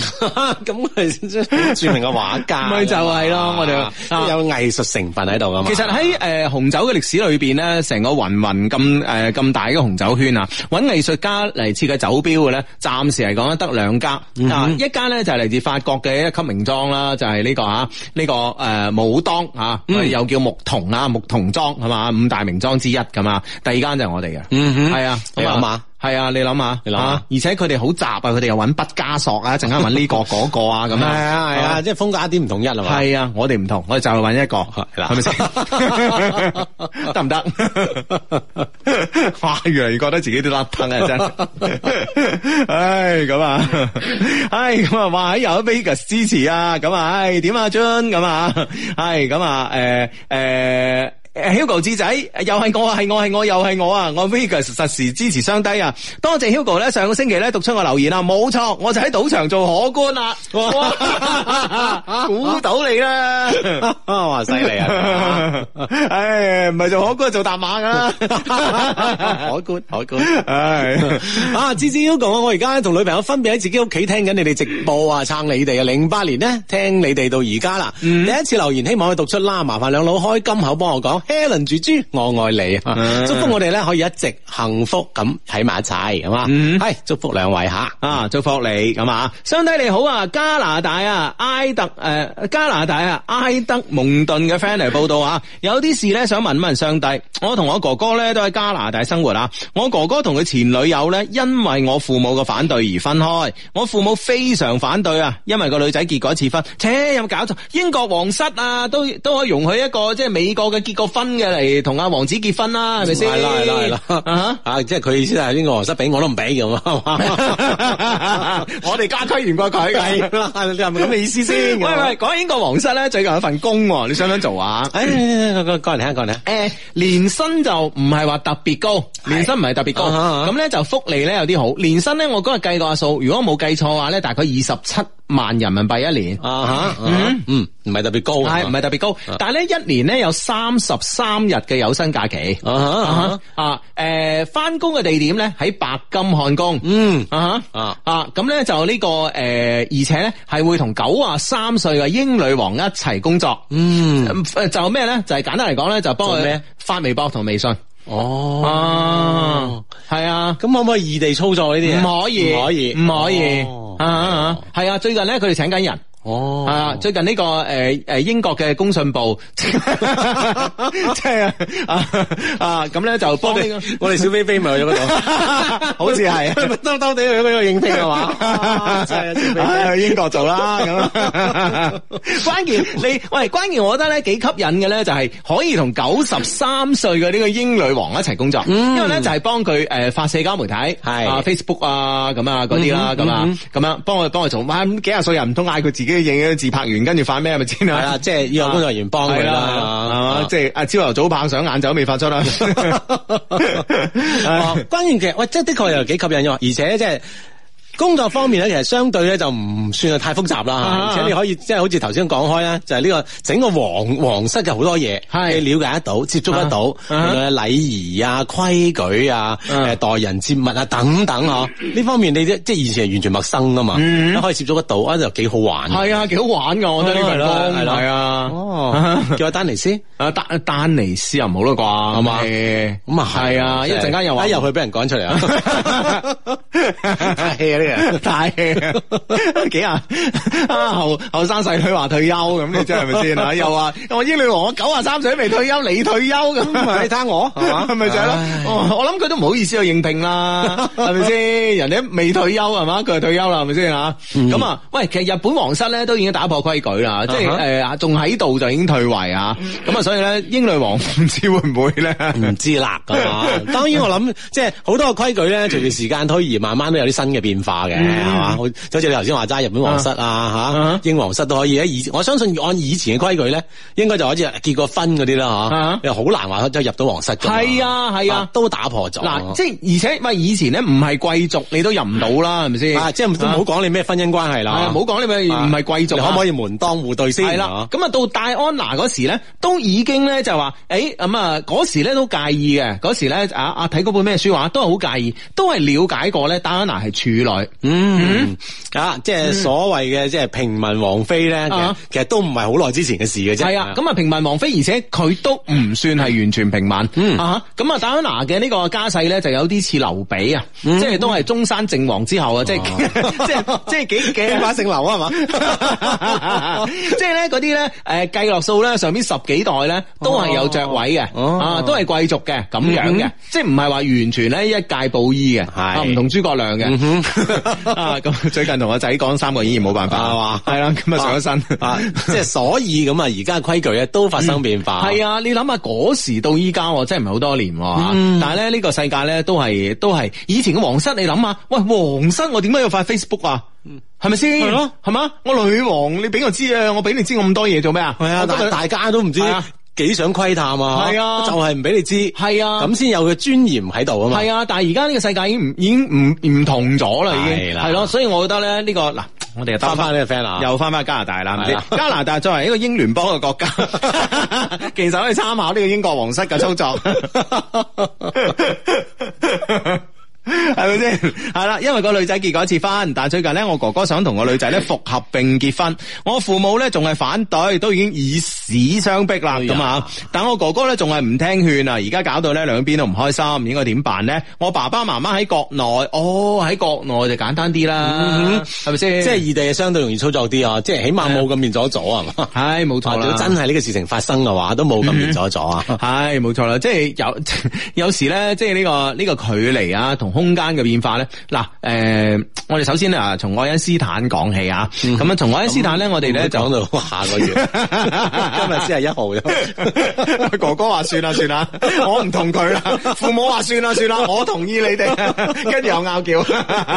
Speaker 4: 咁佢著名嘅畫
Speaker 1: [LAUGHS]
Speaker 4: 家，
Speaker 1: 咪就係咯我哋啊
Speaker 4: 哋有藝術成分喺度噶嘛。
Speaker 1: 其實喺誒、呃、紅酒嘅歷史裏邊咧，成個雲雲咁誒咁大嘅紅酒圈啊，揾藝術家嚟設計酒標嘅咧，暫時嚟講咧得兩家、
Speaker 4: 嗯
Speaker 1: 啊，一家咧就係嚟自法國嘅一級名莊啦，就係、呢、個啊嚇呢、個誒、呃武當嚇，啊
Speaker 4: 嗯
Speaker 1: 又叫木桐啊木桐莊係嘛，五大名莊之一咁嘛。第二間就係我哋嘅，
Speaker 4: 嗯哼
Speaker 1: 係啊，
Speaker 4: 你諗下。
Speaker 1: 係啊，你諗下，
Speaker 4: 你諗下
Speaker 1: 啊而且佢哋好雜啊，佢哋又揾畢加索啊，一陣間揾呢個嗰個啊，咁樣
Speaker 4: [LAUGHS] 係啊係啊，即係風格一啲唔統一啦嘛。
Speaker 1: 係啊，我哋唔同，我哋就係揾一個，
Speaker 4: [LAUGHS] 係啦
Speaker 1: 係咪先？ [LAUGHS] 得唔得？哇，越嚟越覺得自己都甩燈啊，真。 [LAUGHS] 唉，咁啊， [LAUGHS] 唉，咁啊，哇，有 Vegas 支持啊，咁啊，唉，點啊，Jun 咁啊，係咁啊，誒誒。Hugo 智仔，又係我，係我，係我，又係我啊！我 Vegas 實時支持雙低啊！多謝 Hugo 咧，上個星期咧讀出我留言啊，冇錯，我就喺賭場做可官啦，哇估到你 [LAUGHS] 啦！
Speaker 4: 哇，犀
Speaker 1: [LAUGHS]
Speaker 4: 利啊！
Speaker 1: 唉，唔係做可官做大馬噶啦，
Speaker 4: [LAUGHS]
Speaker 1: [LAUGHS]
Speaker 4: 海官，海官。
Speaker 1: 唉，
Speaker 4: 啊，芝芝 Hugo 啊，我而家同女朋友分別喺自己屋企聽緊你哋直播啊，撐你哋啊！零八年呢，聽你哋到而家啦，第一次留言希望可以讀出啦，麻煩兩老開金口幫我講，Helen 豬豬，我愛你啊！祝福我哋咧可以一直幸福咁喺埋一齊，係嘛？係祝福兩位吓。
Speaker 1: 啊，祝福你咁啊！相低你好啊，加拿大啊，埃特誒、呃加拿大啊，埃德蒙頓嘅 friend 嚟報道啊，有啲事咧想問一問上帝，我同我哥哥咧都喺加拿大生活啊，我哥哥同佢前女友咧因為我父母嘅反對而分開，我父母非常反對啊，因為個女仔結過一次婚，切有冇搞錯？英國皇室啊，都都可以容許一個即係美國嘅結過婚嘅嚟同阿王子結婚啦，係咪先？
Speaker 4: 係啦係啦係
Speaker 1: 啊哈
Speaker 4: 啦，啊即係佢意思係呢個皇室俾我都唔俾咁 [LAUGHS] 啊，
Speaker 1: 我哋家規嚴過佢
Speaker 4: 係
Speaker 1: 係
Speaker 4: 啦，你係咪咁嘅意思
Speaker 1: 喂
Speaker 4: 先？
Speaker 1: 喂，講起英國皇室咧，最近有份工喎，你想唔想做啊？
Speaker 4: 哎，誒，講講嚟聽，講嚟聽。
Speaker 1: 誒，年薪就唔係話特別高，年薪唔係特別高，
Speaker 4: 啊哈啊哈
Speaker 1: 咁咧就福利咧有啲好。年薪咧，我嗰日計過下數，如果冇計錯嘅話咧，大概二十七萬人民幣一年。
Speaker 4: 啊吓，嗯嗯，唔係特別高，
Speaker 1: 系唔係特別高？但係咧一年咧有三十三日嘅有薪假期。
Speaker 4: 啊哈啊
Speaker 1: 啊，诶，翻工嘅地點咧喺白金漢宮。
Speaker 4: 嗯
Speaker 1: 啊哈
Speaker 4: 啊
Speaker 1: 啊，咁咧就呢、個个诶、而且咧係會同九啊三歲嘅英女王一齊工作。
Speaker 4: 嗯，
Speaker 1: 嗯誒就咩咧？就係簡單嚟講咧，就幫
Speaker 4: 做
Speaker 1: 佢
Speaker 4: 咩
Speaker 1: 發微博同微信。
Speaker 4: 哦
Speaker 1: 啊，，係啊。
Speaker 4: 咁可唔可以異地操作呢啲啊？
Speaker 1: 唔可以，
Speaker 4: 唔可以，
Speaker 1: 唔可以
Speaker 4: 哦
Speaker 1: 啊啊！啊係啊，最近咧佢哋請緊人。
Speaker 4: 哦，
Speaker 1: 啊！最近呢、個誒誒、呃英國嘅工信部， [LAUGHS] 即係啊啊咁咧就幫 [LAUGHS]
Speaker 4: 我
Speaker 1: 呢個
Speaker 4: 哋我哋小飛飛咪去咗嗰度，
Speaker 1: 好似係
Speaker 4: 兜兜地去嗰度應聘
Speaker 1: [LAUGHS]
Speaker 4: 係嘛？啊
Speaker 1: 哦
Speaker 4: 真係小飛飛
Speaker 1: 唉去英國做啦咁。 [LAUGHS] 關鍵你喂，關鍵我覺得咧幾吸引嘅咧，就係可以同九十三歲嘅呢個英女王一齊工作，因為咧就係幫佢誒發社交媒體，
Speaker 4: 係
Speaker 1: 啊 Facebook 啊咁啊嗰啲啦，咁啊咁樣幫佢幫佢做，哇咁幾廿歲人唔通嗌佢自己影自拍完跟住發咩係咪先
Speaker 4: 係
Speaker 1: 啊？
Speaker 4: 啦，即係要有工作人員幫佢
Speaker 1: 係
Speaker 4: 啦，
Speaker 1: 係
Speaker 4: 啊
Speaker 1: 嘛？即係啊，朝頭早棒上，晏晝都未發 [LAUGHS] 出啦。
Speaker 4: 哦，關鍵其實喂，即係的確又幾吸引嘅，而且即係。工作方面咧，其實相對咧就唔算係太複雜啦，
Speaker 1: 啊
Speaker 4: 而且你可以即係好似頭先講開啦，就係呢個整個皇皇室嘅好多嘢，
Speaker 1: 係
Speaker 4: 你了解得到、接觸得到，無
Speaker 1: 啊啊
Speaker 4: 論係禮儀啊、規矩啊、
Speaker 1: 啊
Speaker 4: 誒待人接物啊等等呵，呢方面你即即係以前係完全陌生噶嘛，一可以接觸得到啊，就幾好玩。
Speaker 1: 係啊，幾好玩噶，我覺得呢份
Speaker 4: 係咯
Speaker 1: 工
Speaker 4: 係咯
Speaker 1: 係啊。
Speaker 4: 哦，叫阿丹尼斯，
Speaker 1: [LAUGHS] 啊丹丹尼斯又唔好啦啩，係嘛？
Speaker 4: 咁啊
Speaker 1: 係啊，一
Speaker 4: 真係
Speaker 1: 陣間又話
Speaker 4: 一入去俾人趕出嚟啊！
Speaker 1: [LAUGHS] 太 hea 呢 [LAUGHS] 個，太 hea，幾 [LAUGHS] 啊啊後後生細女話退休咁，你真係咪
Speaker 4: [LAUGHS]
Speaker 1: 先啊？又話我英女王我九啊三歲都未退休，你退休咁，
Speaker 4: 你睇我係嘛
Speaker 1: [LAUGHS] 係咪就係咯哦
Speaker 4: 唉？
Speaker 1: 我我諗佢都唔好意思去應聘
Speaker 4: [LAUGHS]
Speaker 1: 啦，係咪先？人哋未退休係嘛，佢就退休啦，係咪先啊？咁啊，喂，其實日本皇室咧都已經打破規矩啦，即
Speaker 4: 嗯啊哈嗯
Speaker 1: 係誒仲喺度就已經退位啊，咁啊，所以咧英女王唔知會唔會咧？
Speaker 4: 唔知啦，咁啊，當然我諗即係好多規矩咧，隨住時間推移，慢慢都有啲新嘅變化
Speaker 1: 嗯
Speaker 4: 嘅，係嘛、好就好似你頭先話齋日本皇室啊
Speaker 1: 啊，
Speaker 4: 嚇英皇室都可以咧。以我相信按以前嘅規矩咧，應該就好似結過婚嗰啲啦，嚇
Speaker 1: 啊，
Speaker 4: 又好難話即係入到皇室㗎嘛。
Speaker 1: 係啊係啊
Speaker 4: 都打破咗。
Speaker 1: 嗱，即係而且喂，以前咧唔係貴族你都入唔到啦，係咪先？
Speaker 4: 啊，即係都唔好講你咩婚姻關係
Speaker 1: 係啊
Speaker 4: 啦，
Speaker 1: 唔好講你咪唔係貴族
Speaker 4: 你
Speaker 1: 啊，
Speaker 4: 可唔可以門當戶對先？
Speaker 1: 係
Speaker 4: 啊
Speaker 1: 啦，咁啊到戴安娜嗰時咧，都已經咧就話，誒咁啊嗰時咧都介意嘅，嗰時咧啊啊睇嗰本咩書話都係好介意，都係了解過咧戴安娜係處女，
Speaker 4: 嗯啊，即係所謂嘅即係平民王妃咧，其實
Speaker 1: 啊
Speaker 4: 其實都唔係好耐之前嘅事嘅啫。
Speaker 1: 係啊，咁啊平民王妃，而且佢都唔算係完全平民，
Speaker 4: 嗯
Speaker 1: 啊哈咁啊戴安娜嘅呢個家世咧就有啲似劉備啊，
Speaker 4: 嗯
Speaker 1: 即係都係中山靖王之後啊，即係 [LAUGHS] 即係即係幾幾
Speaker 4: 哦姓劉啊係嘛？
Speaker 1: [LAUGHS] 即係咧嗰啲咧，誒計落數咧，上邊十幾代咧都係有爵位嘅，
Speaker 4: 哦嗯
Speaker 1: 啊都係貴族嘅咁樣嘅，即係唔係話完全咧一介布衣嘅，啊唔同諸葛亮
Speaker 4: 嗯
Speaker 1: 嘅， [LAUGHS] 啊咁最近同個仔講三個演義冇辦法
Speaker 4: 係嘛
Speaker 1: 係啦，咁啊上咗身
Speaker 4: 啊，即係所以咁啊，而家嘅規矩咧都發生變化。
Speaker 1: 係
Speaker 4: 啊，
Speaker 1: 啊，你諗下嗰時到依家喎，真係唔係好多年喎嚇
Speaker 4: 嗯
Speaker 1: 但係咧呢個世界咧都係都係以前嘅皇室，你諗下，喂皇室我點解要發 Facebook 啊？係咪先？
Speaker 4: 係嗯咯，
Speaker 1: 係嘛？我女王，你俾我知啊！我俾你知咁多嘢做咩啊？
Speaker 4: 係啊，
Speaker 1: 我今
Speaker 4: 但
Speaker 1: 日
Speaker 4: 大家都唔知
Speaker 1: 係啊
Speaker 4: 幾想窺探啊，
Speaker 1: 係啊
Speaker 4: 就係唔俾你知，
Speaker 1: 係啊
Speaker 4: 咁先有嘅尊嚴喺度啊嘛。
Speaker 1: 係啊，但係而家呢個世界已經唔已經唔唔同咗啦，已
Speaker 4: 係
Speaker 1: 經
Speaker 4: 啦
Speaker 1: 係咯，所以我覺得咧呢個嗱，我哋又
Speaker 4: 翻翻呢個 friend 啊，
Speaker 1: 又翻翻加拿大啦，係咪
Speaker 4: 係啦
Speaker 1: 先加拿大作為一個英聯邦嘅
Speaker 4: [LAUGHS]
Speaker 1: 國家，其實可以參考呢個英國皇室嘅操作，係咪先？係啦，因為個女仔結過一次婚，但係最近咧，我哥哥想同個女仔咧復合並結婚，我父母咧仲係反對，都已經以死相逼
Speaker 4: 哎
Speaker 1: 啦咁啊！但我哥哥咧仲係唔聽勸啊，而家搞到咧兩邊都唔開心，應該點辦咧？我爸爸媽媽喺國內，哦喺國內就簡單啲啦，係咪先？
Speaker 4: 嗯即係異地係相對容易操作啲啊，即係起碼冇咁面阻阻啊嘛。
Speaker 1: [LAUGHS] 唉，冇
Speaker 4: 或
Speaker 1: 錯
Speaker 4: 者
Speaker 1: 啦， [LAUGHS]
Speaker 4: 真係呢個事情發生嘅話，都冇咁面阻阻啊。
Speaker 1: 係冇錯啦，即係有有 [LAUGHS] 時咧，即係呢、個呢、個距離啊，同空間嘅變化咧。嗱，誒、我哋首先啊，從愛因斯坦講起啊，
Speaker 4: 嗯
Speaker 1: 咁樣從愛因斯坦咧，我哋咧就
Speaker 4: 講到下個月，
Speaker 1: [LAUGHS]
Speaker 4: 今日先係一號啫。
Speaker 1: 哥哥話算啦算啦，我唔同佢啦。父母話算啦算啦，我同意你哋，跟住又拗撬。 [LAUGHS]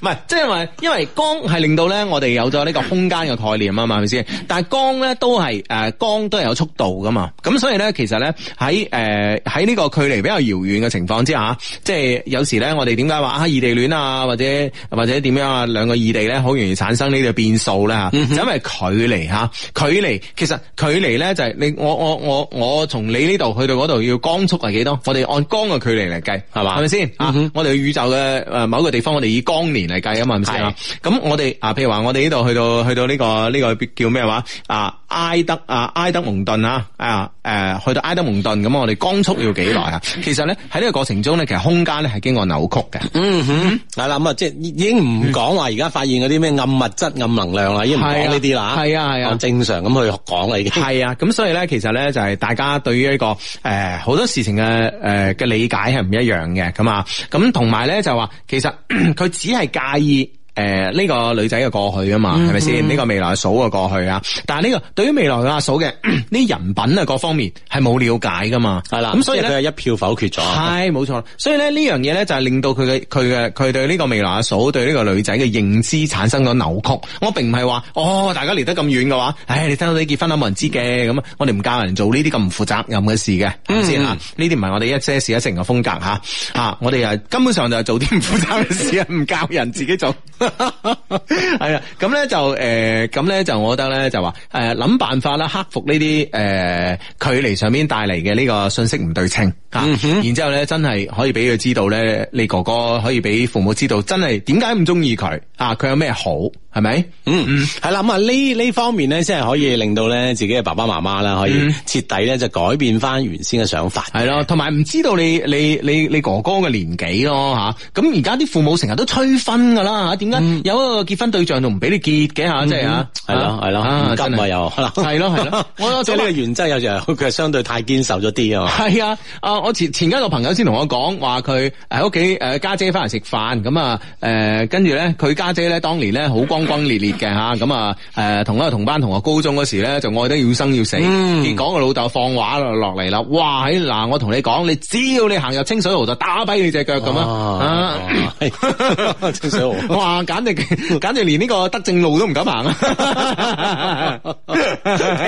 Speaker 1: 唔係，即係因為因為光係令到咧，我哋有咗呢個空間嘅概念啊嘛，係咪先？但係光咧都係誒、呃光都係有速度噶嘛。咁所以咧，其實咧喺誒喺呢個距離比較遙遠嘅情況之下，即係有時咧，我哋點解話啊異地戀啊，或者或者點樣啊，兩個異地咧，好容易產生呢個變數咧吓，
Speaker 4: 嗯
Speaker 1: 就因為距離吓，距離其實距離咧就係你我我我我從你呢度去到嗰度要光速係幾多？我哋按光嘅距離嚟計
Speaker 4: 嗯
Speaker 1: 係嘛，係咪先啊？我哋去宇宙嘅誒某一個地方，我哋以光年嚟計啊嘛，係咪先啊？咁我哋啊，譬如話我哋呢度去到去到呢個呢個叫咩話啊？埃德啊，埃德蒙頓啊，啊誒，去到埃德蒙頓咁，我哋光速要幾耐啊？其實咧喺呢個過程中咧，其實空間咧係經過扭曲嘅。
Speaker 4: 嗯哼，系啦，咁啊，即系已經唔講話而家發現嗰啲咩暗物質、暗能量啦，已經唔講嗯呢啲啦，
Speaker 1: 係啊係啊
Speaker 4: 按哦正常咁去講啦，已經。
Speaker 1: 係啊，咁所以咧，其實咧就係大家對於呢個誒呃好多事情嘅誒嘅理解係唔一樣嘅，咁啊，咁同埋咧就話其實 [CLEARS THROAT] 佢只係介意。誒呢、個女仔嘅過去啊嘛，
Speaker 4: 嗯
Speaker 1: 係咪先？呢、個未來阿嫂嘅過去啊，但係呢、個對於未來嘅阿 [CLEARS THROAT] 嫂嘅呢人品啊各方面係冇了解噶嘛，
Speaker 4: 係啦，
Speaker 1: 咁所以
Speaker 4: 即係
Speaker 1: 咧
Speaker 4: 佢係一票否決咗。
Speaker 1: 係冇錯，所以咧呢樣嘢咧就係令到佢嘅佢嘅佢對呢個未來阿嫂對呢個女仔嘅認知產生咗扭曲。我並唔係話哦，大家離得咁遠嘅話，唉，你聽到你結婚啦冇人知嘅咁啊，我哋唔教人做呢啲咁唔負責任嘅事嘅，係咪先啊？呢啲唔係我哋一些事一成嘅風格吓啊！我哋啊根本上就係做啲唔負責任嘅 [LAUGHS] 事啊，唔教人自己做。 [LAUGHS] 係啊，咁咧就诶，咁、咧就我覺得咧就話诶諗辦法啦，克服呢啲诶距離上面帶嚟嘅呢個信息唔對稱啊，然之后咧真係可以俾佢知道咧，你哥哥可以俾父母知道，真係點解唔中意佢啊？佢有咩好係咪？
Speaker 4: 嗯，係啦，咁啊呢呢方面咧，先係可以令到咧自己嘅爸爸媽媽啦，可以徹底咧就改變翻原先嘅想法。
Speaker 1: 嗯係咯，同埋唔知道你你你你哥哥嘅年紀咯吓，咁而家啲父母成日都催婚噶啦吓，點解
Speaker 4: 嗯
Speaker 1: 有一個結婚對象仲唔俾你結嘅吓？即係吓，
Speaker 4: 啊係嗯咯係咯，唔
Speaker 1: 真
Speaker 4: 急啊
Speaker 1: 係 [LAUGHS]
Speaker 4: 又可能。
Speaker 1: 係咯
Speaker 4: [LAUGHS]
Speaker 1: 係咯，我
Speaker 4: 即係呢個原則有時候 [LAUGHS] 佢係相對太堅守咗啲啊。
Speaker 1: 系啊，啊我前前家個朋友先同我講話，佢喺屋企誒家姐翻嚟食飯，咁啊誒跟住咧佢家姐咧當年咧好轟轟烈烈嘅嚇，咁啊誒同一個同班同學高中嗰時咧就愛得要生要死，結果個老豆放話落嚟啦，哇喺嗱我同你講，你只要你行入清水河就打跛你只腳咁啊！啊 [LAUGHS]
Speaker 4: 啊，係清水河。
Speaker 1: 哇！簡直簡直連呢個德政路都唔敢行
Speaker 4: [LAUGHS]
Speaker 1: 啊！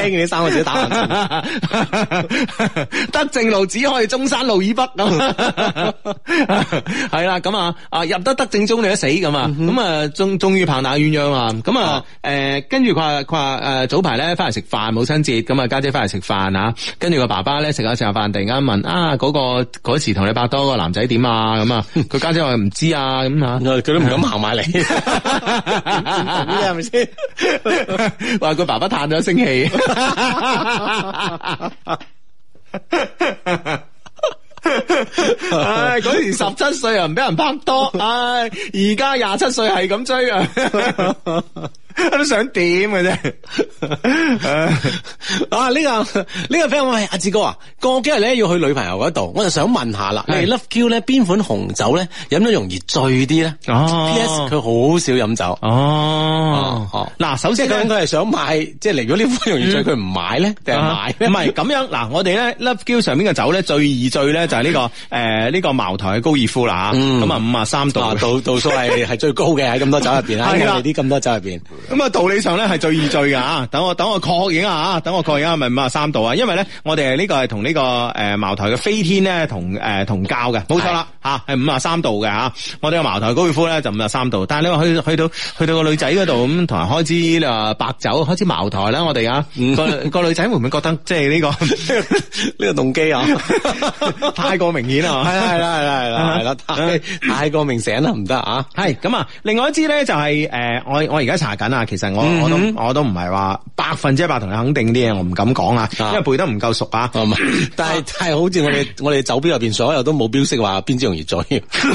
Speaker 4: 聽見呢三個字都打冷
Speaker 1: [LAUGHS]
Speaker 4: 震。
Speaker 1: 德政路只可以中山路以北咁， [LAUGHS] 係啦咁啊啊入得德政中你都死咁啊，咁啊終終於棒打鴛鴦啦，咁啊誒跟住佢話佢話誒早排咧翻嚟食飯母親節，咁啊家姐翻嚟食飯啊，跟住個爸爸咧食下食下飯，突然間問啊嗰個嗰時同你拍拖個男仔點啊咁啊，佢家姐話唔知啊咁 [LAUGHS] 啊。
Speaker 4: 佢都唔敢行埋嚟，係咪先？
Speaker 1: [LAUGHS] 话佢爸爸叹咗一聲 [LAUGHS] 氣，唉，嗰時十七歲啊，唔俾人拍拖，唉，而家廿七歲係咁追啊， [LAUGHS] 都想點嘅啫唉。
Speaker 4: [LAUGHS] 啊！呢、個呢、個 friend 話喂阿志哥啊，過幾日咧要去女朋友嗰度，我就想問下啦，你
Speaker 1: 係
Speaker 4: 哋 Love Q 咧邊款紅酒咧飲得容易醉啲咧
Speaker 1: 哦
Speaker 4: ？P.S. 佢好少飲酒。
Speaker 1: 哦，嗱，首
Speaker 4: 即
Speaker 1: 先
Speaker 4: 係佢應該係想買，即係嚟咗呢款容易醉，佢唔買咧，定係買咧？
Speaker 1: 啊唔係咁樣嗱，我哋咧 Love Q 上面嘅酒咧最易醉咧就係呢個誒呢個茅台嘅高爾夫啦，
Speaker 4: 嗯
Speaker 1: 咁啊五啊三度
Speaker 4: 啊，度度數係係最高嘅喺咁多酒入邊啦，
Speaker 1: 係
Speaker 4: 喺
Speaker 1: 啦
Speaker 4: 我哋啲咁多酒入邊。
Speaker 1: 咁啊，道理上咧係最易醉噶啊！等我等我確認下啊，等我確認下係咪五啊三度啊？因為咧，我哋呢個係同呢個誒茅台嘅飛天咧同誒同教嘅，冇錯啦嚇，係五啊三度嘅嚇。我哋嘅茅台高爾夫咧就五啊三度，但係你話去去到去到個女仔嗰度咁，同人開支啊白酒，開支茅台啦，我哋啊
Speaker 4: 嗯
Speaker 1: 個個女仔會唔會覺得即係
Speaker 4: [LAUGHS]
Speaker 1: 呢
Speaker 4: 呢個動 [LAUGHS] 機啊，
Speaker 1: 個太過明顯啊？
Speaker 4: 係啦係啦係啦係啦係啦，太太過明醒啦，唔得啊！
Speaker 1: 系咁啊！另外一支咧就係呃我我而家查緊啊，其實我我
Speaker 4: 嗯
Speaker 1: 都我都唔係話百分之一百同你肯定啲嘢，我唔敢講啊，因
Speaker 4: 啊
Speaker 1: 為背得唔夠熟啊。
Speaker 4: 啊嘛，
Speaker 1: [LAUGHS]
Speaker 4: 但係但係好似我哋我哋酒標入邊所有都冇標識話邊支容易醉。
Speaker 1: [LAUGHS]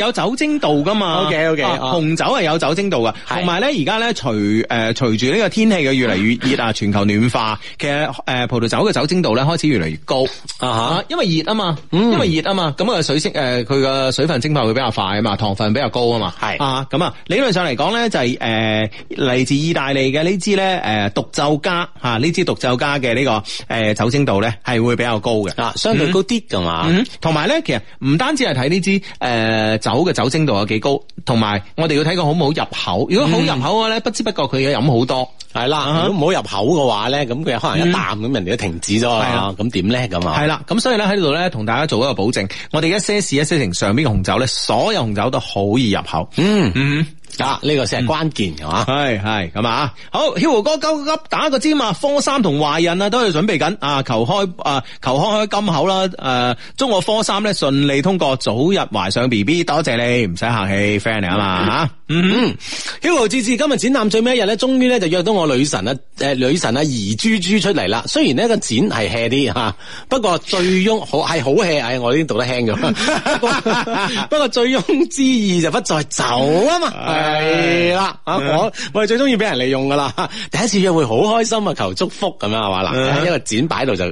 Speaker 1: 有酒精度噶嘛
Speaker 4: OK，OK，
Speaker 1: 啊
Speaker 4: 啊
Speaker 1: 紅酒係有酒精度噶，
Speaker 4: 係
Speaker 1: 同埋咧而家咧隨誒隨住呢個天氣嘅越嚟越
Speaker 4: [LAUGHS]
Speaker 1: 熱啊，全球暖化，其實誒葡萄酒嘅酒精度咧開始越嚟越高
Speaker 4: 啊哈嗯
Speaker 1: 因為熱啊嘛，因為熱啊嘛，咁啊水蒸誒佢嘅水分蒸發會比較快啊嘛，糖分比較高啊嘛，
Speaker 4: 係
Speaker 1: 啊咁啊理論上嚟講咧就係誒嚟自意大利嘅呢支咧誒獨奏家嚇呢支獨奏家嘅呢個誒酒精度咧係會比較高嘅。
Speaker 4: 啊，相對高啲噶嘛，
Speaker 1: 嗯，同埋咧，其實唔單止係睇呢支诶酒嘅
Speaker 4: 嗯
Speaker 1: 酒精度有幾高，同埋我哋要睇佢好唔好入口。如果好入口嘅咧，不知不覺佢要飲好多，
Speaker 4: 系啦，如果冇入口嘅話咧，咁佢可能一啖咁人哋都停止咗
Speaker 1: 係
Speaker 4: 啦
Speaker 1: 啦，
Speaker 4: 咁點咧咁啊？
Speaker 1: 系啦，咁所以咧喺呢度咧同大家做一個保證，我哋一些事一些情上邊嘅紅酒咧，所有紅酒都好易入口。
Speaker 4: 嗯，
Speaker 1: 嗯，
Speaker 4: 啊呢個先係關鍵係嘛
Speaker 1: 系？系咁啊，好，Hugo 哥急急打個尖啊，科三同懷孕啊都喺度準備緊啊，求開啊求開開金口啦，誒、祝我科三咧順利通過，早日懷上 B B，多謝你，唔使客氣，friend 嚟啊嘛嚇，嗯
Speaker 4: Hugo 志志今日展覽最尾一日咧，終於咧就約到我女神啊，誒、女神啊怡珠珠出嚟啦。雖然呢個展係 hea 啲嚇，不過醉翁好係好 hea，唉，我呢啲讀得輕咁。不過 [LAUGHS] 不過醉翁之意就不在酒啊嘛，係啦，啊我我哋最中意俾人利用噶啦。第一次約會好開心啊，求祝福咁樣係嘛嗱，一個展擺喺度就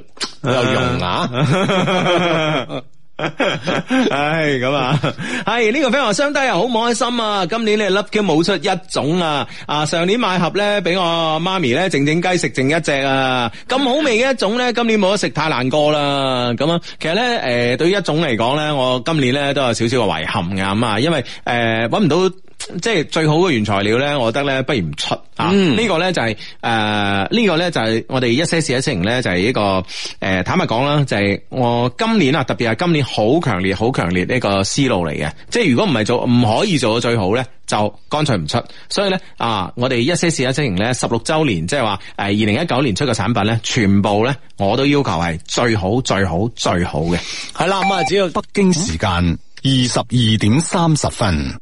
Speaker 4: 好有用
Speaker 1: [LAUGHS]
Speaker 4: 啊。
Speaker 1: 唉，咁啊，系呢、個个 friend 话相低啊，好唔開心啊！今年咧 Love Q 冇出一種啊，啊上年買盒咧俾我媽咪咧靜靜雞食剩一隻啊，咁好味嘅一種咧，今年冇得食太難過啦。咁啊，其實咧诶、誒對於一種嚟講咧，我今年咧都有少少嘅遺憾嘅咁啊，因為诶搵唔到。即係最好嘅原材料咧，我覺得咧不如唔出啊！
Speaker 4: 嗯
Speaker 1: 呢個咧就係誒呢個咧就係我哋一些事一些情咧就係一個誒、呃坦白講啦，就係、我今年啊，特別係今年好強烈、好強烈呢個思路嚟嘅。即係如果唔係做唔可以做到最好咧，就乾脆唔出。所以咧啊，我哋一些事一些情咧十六週年，即係話誒呃二零一九年出嘅產品咧，全部咧我都要求係最好、最好、最好嘅。
Speaker 4: 係啦，咁啊，只要
Speaker 7: 北京時間二十二點三十分。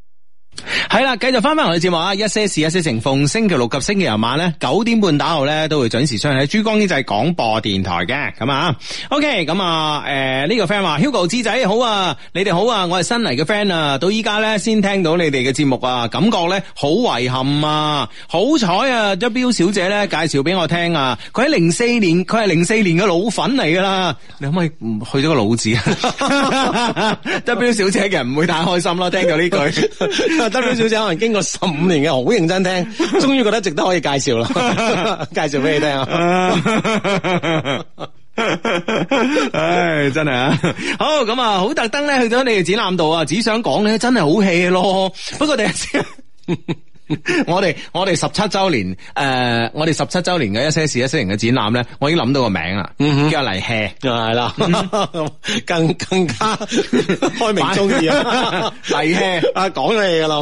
Speaker 1: 系啦，繼續翻翻我哋節目啊！一些事，一些情，逢星期六及星期日晚咧九點半打後咧都會準時出現喺珠江經濟廣播電台嘅咁啊。OK，咁啊，诶、呢、個 friend 話 Hugo 志仔好啊，你哋好啊，我係新嚟嘅 friend 啊，到依家咧先聽到你哋嘅節目啊，感覺咧好遺憾啊，好彩啊，W 小姐咧介紹俾我聽啊，佢喺零四年，佢係零四年嘅老粉嚟噶啦，你可唔可以唔去咗個老字啊 [LAUGHS] ？W 小姐其實唔會太開心咯，聽到呢句。 [LAUGHS]
Speaker 4: W 小姐可能經過十五年嘅好認真聽，終於覺得值得可以介紹啦，介紹俾你聽啊！
Speaker 1: 唉，真系啊！好咁啊，好特登咧去咗你哋展覽度啊，只想講咧真係好 hea 咯。不過第一次。我哋我哋十七周年诶、呃我哋十七周年嘅一些事一些情嘅展覽咧，我已經諗到個名啦，叫嚟 hea。
Speaker 4: 啊係啦，更更加嗯開明中意啊！ [LAUGHS]
Speaker 1: 嚟 hea
Speaker 4: 啊，講你噶 [LAUGHS] 啦，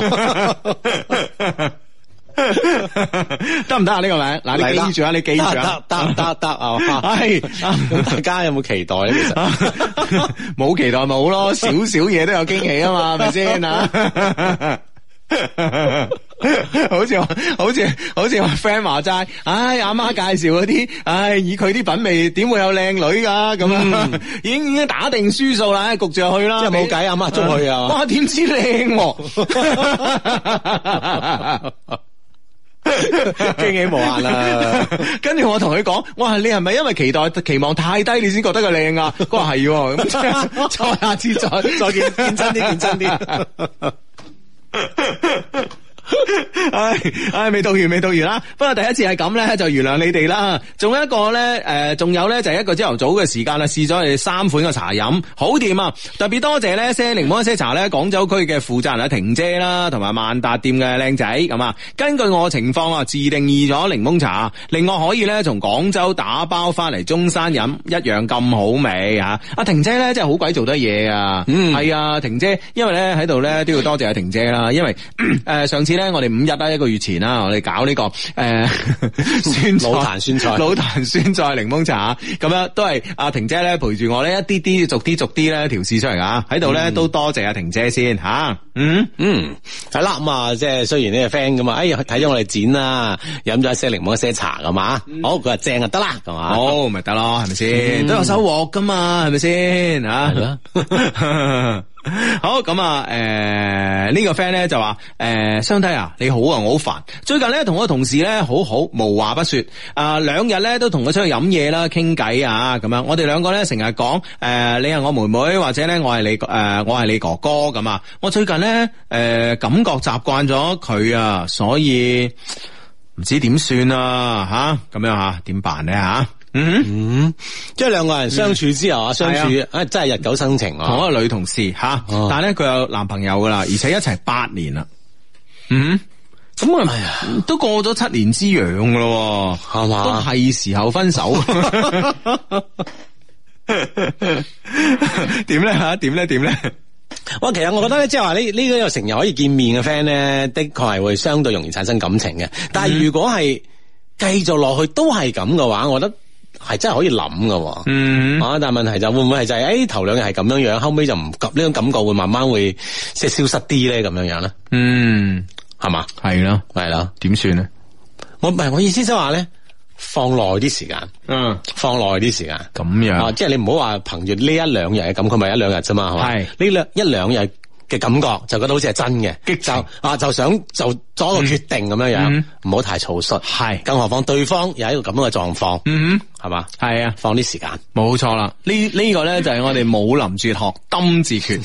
Speaker 1: 得唔得啊？呢個名嗱，你記住啊，你記住啊
Speaker 4: 得，得得得 [LAUGHS] 啊！
Speaker 1: 係啊
Speaker 4: 咁大家有冇期待咧？其實
Speaker 1: [LAUGHS] 冇期待冇
Speaker 4: [LAUGHS]
Speaker 1: 咯，少少嘢都有驚喜啊 [LAUGHS] 嘛，係咪先啊？好似話好似好似我 friend 話齋，唉阿媽介紹嗰啲，唉以佢啲品味點會有靚女噶咁啊？ [LAUGHS] 已經已經打定輸數啦，唉焗住去啦，
Speaker 4: 嗯即係冇計，阿媽捉佢啊！
Speaker 1: 哇點知靚
Speaker 4: [LAUGHS]
Speaker 1: 喎！ [LAUGHS]
Speaker 4: 驚喜無限啊啦！
Speaker 1: [LAUGHS] 跟住我同佢講：，哇，你係咪因為期待期望太低，你先覺得佢靚啊？佢話係喎，咁再下次再
Speaker 4: [LAUGHS] 再見見真啲，見真啲。
Speaker 1: [LAUGHS] 唉唉，未到完，未到完啦。不過第一次係咁咧，就原諒你哋啦。仲有一個咧，诶、仲有咧就係一個朝頭早嘅時間啦，試咗你哋三款嘅茶飲，好掂啊！特別多謝咧，些檸檬一些茶咧，廣州區嘅負責人啊，婷姐啦，同埋萬達店嘅靚仔咁啊。根據我情況啊，自定義咗檸檬茶，另外可以咧從廣州打包翻嚟中山飲，一樣咁好味啊！阿婷姐咧真係好鬼做得嘢啊！嗯，係啊，婷姐，因為咧喺度咧都要多謝阿婷姐啦，因為 [CLEARS THROAT] 诶、呃上次咧我哋五日啦，一個月前啊啦，我哋搞呢、個个
Speaker 4: [LAUGHS]
Speaker 1: 诶、酸菜
Speaker 4: 老壇酸
Speaker 1: [LAUGHS]
Speaker 4: 菜
Speaker 1: 老壇酸菜檸檬茶咁樣都係阿婷姐咧陪住我咧，一啲啲逐啲逐啲咧調試出嚟啊！喺度咧都多謝阿婷姐先吓、
Speaker 4: [LAUGHS]
Speaker 1: 嗯。
Speaker 4: 嗯，系啦，咁啊，即系虽然呢個 friend 咁啊，哎呀，睇咗我哋展啦，飲咗一些檸檬一些茶咁嘛，好，佢話正就得啦，咁啊嘛，
Speaker 1: 好咪得咯，系咪先？
Speaker 4: 嗯
Speaker 1: 都有收穫噶嘛，係咪先？
Speaker 4: 係
Speaker 1: 啊
Speaker 4: 啦，
Speaker 1: [LAUGHS] 好咁啊，诶、呢、個 friend 咧就話诶，相低啊，你好啊，我好煩。最近咧同我同事咧好好，無話不說。啊，兩日咧都同佢出去飲嘢啦，傾偈啊，咁樣。我哋兩個咧成日講诶，你係我妹妹，或者咧我係你诶、誒我係你哥哥咁啊。我最近咧诶、誒感覺習慣咗佢啊，所以。唔知點算啊吓，咁樣吓點辦咧吓？嗯，
Speaker 4: 即係兩個人相處之後啊，相
Speaker 1: 係
Speaker 4: 處啊，真係日久生情
Speaker 1: 同
Speaker 4: 啊，
Speaker 1: 一個女同事吓，但係咧佢有男朋友噶啦，而且一齊八年啦。嗯，咁啊，都過咗七年之癢噶咯喎，
Speaker 4: 哎係嘛
Speaker 1: 都係時候分
Speaker 4: [LAUGHS]
Speaker 1: 手。點咧吓？點咧？點咧？
Speaker 4: 哇，其實我覺得咧，即係話呢呢個成日可以見面嘅 friend 咧，的確係會相對容易產生感情嘅。但係如果係繼續落去都係咁嘅話，我覺得係真係可以諗嘅。
Speaker 1: 嗯
Speaker 4: 啊！但係問題就會唔會係就係、誒、頭兩日係咁樣樣，後尾就唔及呢種感覺會慢慢會即係消失啲咧，咁樣樣咧，
Speaker 1: 嗯，
Speaker 4: 係嘛？
Speaker 1: 係啦，
Speaker 4: 係啦，
Speaker 1: 點算咧？
Speaker 4: 我唔係我意思即係話咧，放耐啲時間，
Speaker 1: 嗯，
Speaker 4: 放耐啲時間。
Speaker 1: 咁
Speaker 4: 啊，
Speaker 1: 樣
Speaker 4: 即係你唔好話憑住呢一兩日嘅感覺，咪一兩日啫嘛，係嘛？
Speaker 1: 係
Speaker 4: 呢兩一兩日嘅感覺就覺得好似係真嘅，
Speaker 1: 激情
Speaker 4: 就啊就想就做一個決定咁樣樣
Speaker 1: 嗯，
Speaker 4: 唔好太草率。
Speaker 1: 係
Speaker 4: 更何況對方又係一個咁樣嘅狀況，
Speaker 1: 嗯
Speaker 4: 係嘛？
Speaker 1: 哼，係啊。
Speaker 4: 放啲
Speaker 1: [LAUGHS]
Speaker 4: 時間，
Speaker 1: 冇錯啦，呢呢、個咧就係我哋武林絕學金字
Speaker 4: [LAUGHS]
Speaker 1: 拳，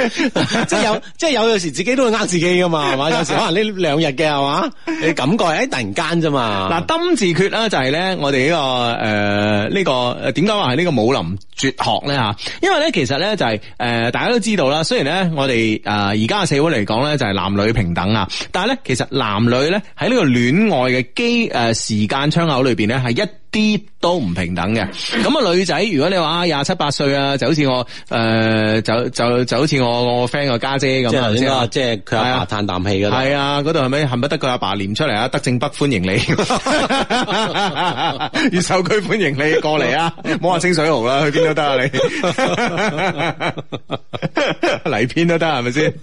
Speaker 4: 即係有即係有有時自己都會呃自己噶嘛，
Speaker 1: [LAUGHS]
Speaker 4: 係嘛？有時可能呢兩日嘅係嘛，你感覺係誒突然間啫嘛。
Speaker 1: 嗱，金字訣咧就係咧，我哋呢、個诶呢、個个點解話係呢個武林絕學咧吓？因為咧其實咧就係呃大家都知道啦，雖然咧我哋诶而家嘅社會嚟講咧就係男女平等啊，但係咧其實男女咧喺呢個戀愛嘅基诶时间窗口裏边咧係一。啲都唔平等嘅，咁啊女仔如果你話啊廿七八歲啊，就好似我诶、呃就就就好似我我 friend 個家姐咁
Speaker 4: 即
Speaker 1: 啊，係
Speaker 4: 係
Speaker 1: 話
Speaker 4: 應該即係佢
Speaker 1: 係
Speaker 4: 阿
Speaker 1: 啊
Speaker 4: 爸嘆啖氣嗰度。
Speaker 1: 系啊，嗰度係咪恨不得佢阿爸念出嚟啊？德政北歡迎 [LAUGHS] 你，越秀區歡迎你過嚟啊！唔好話清水湖啦，去邊都得啊你， [LAUGHS] 嚟邊都得係咪先？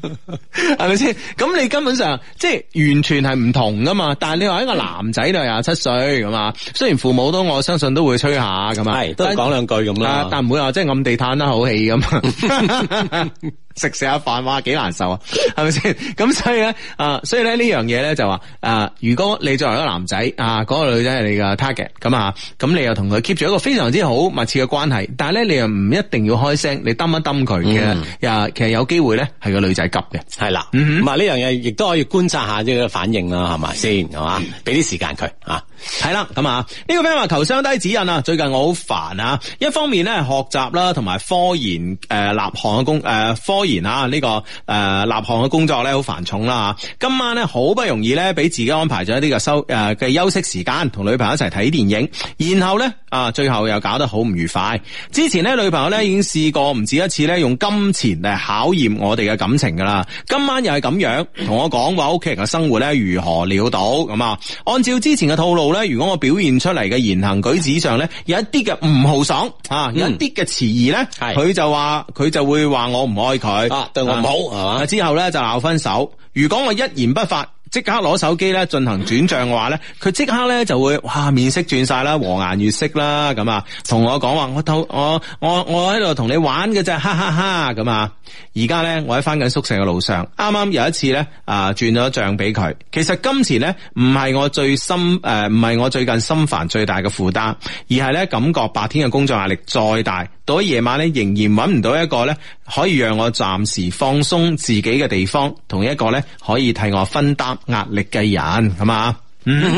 Speaker 1: 係咪先？咁你根本上即係完全係唔同噶嘛。但係你話一個男仔就廿七歲咁啊，雖然父母都我相信都會吹下咁啊，
Speaker 4: 係都講兩句咁
Speaker 1: 啊
Speaker 4: 啦，。
Speaker 1: 但唔會話即係暗地嘆得口氣咁， [LAUGHS] 食食下飯哇幾難受啊，係咪先？ [LAUGHS] 咁所以咧啊，所以咧呢樣嘢咧就話啊，如果你作為一個男仔啊，嗰、個女仔係你嘅 target 咁啊，咁你又同佢 keep 住一個非常之好密切嘅關係，但係咧你又唔一定要開聲，你揼一揼佢嘅，啊、其實有機會咧係個女仔急嘅。
Speaker 4: 系啦，咁啊呢樣嘢亦都可以觀察下呢個反應啦，係咪先？係嘛，俾啲時間佢啊。
Speaker 1: 系啦，咁啊，呢個 friend 話求相低指引啊，最近我好煩啊，一方面咧學習啦，同埋科研诶、呃立項嘅工诶、科研啊呢、個个诶、呃立項嘅工作咧好繁重啦、啊今晚咧好不容易咧俾自己安排咗一啲嘅休诶嘅、休息時間，同女朋友一齊睇電影，然後咧啊最後又搞得好唔愉快。之前咧女朋友咧已經試過唔止一次咧用金錢嚟考驗我哋嘅感情噶啦，今晚又係咁樣同我講話屋企人嘅生活咧如何了到咁啊？按照之前嘅套路咧，如果我表現出嚟嘅言行舉止上咧有一啲嘅唔豪爽啊，有一啲嘅遲疑咧，
Speaker 4: 係
Speaker 1: 佢就話佢就會話我唔愛佢
Speaker 4: 啊對我唔好係嘛
Speaker 1: 啊之後咧就鬧分手。如果我一言不發，即刻攞手機咧進行轉帳嘅話咧，佢即刻咧就會哇面色轉晒啦，和顏悅色啦咁啊，同我講話我透我我我喺度同你玩嘅咋，哈哈哈咁啊！而家咧我喺翻緊宿舍嘅路上，啱啱有一次咧啊轉咗帳俾佢。其實金錢咧唔係我最心誒唔係我最近心煩最大嘅負擔，而係咧感覺白天嘅工作壓力再大，到咗夜晚咧仍然揾唔到一個咧可以讓我暫時放鬆自己嘅地方，同一個咧可以替我分擔壓力嘅人，係嘛？
Speaker 4: 嗯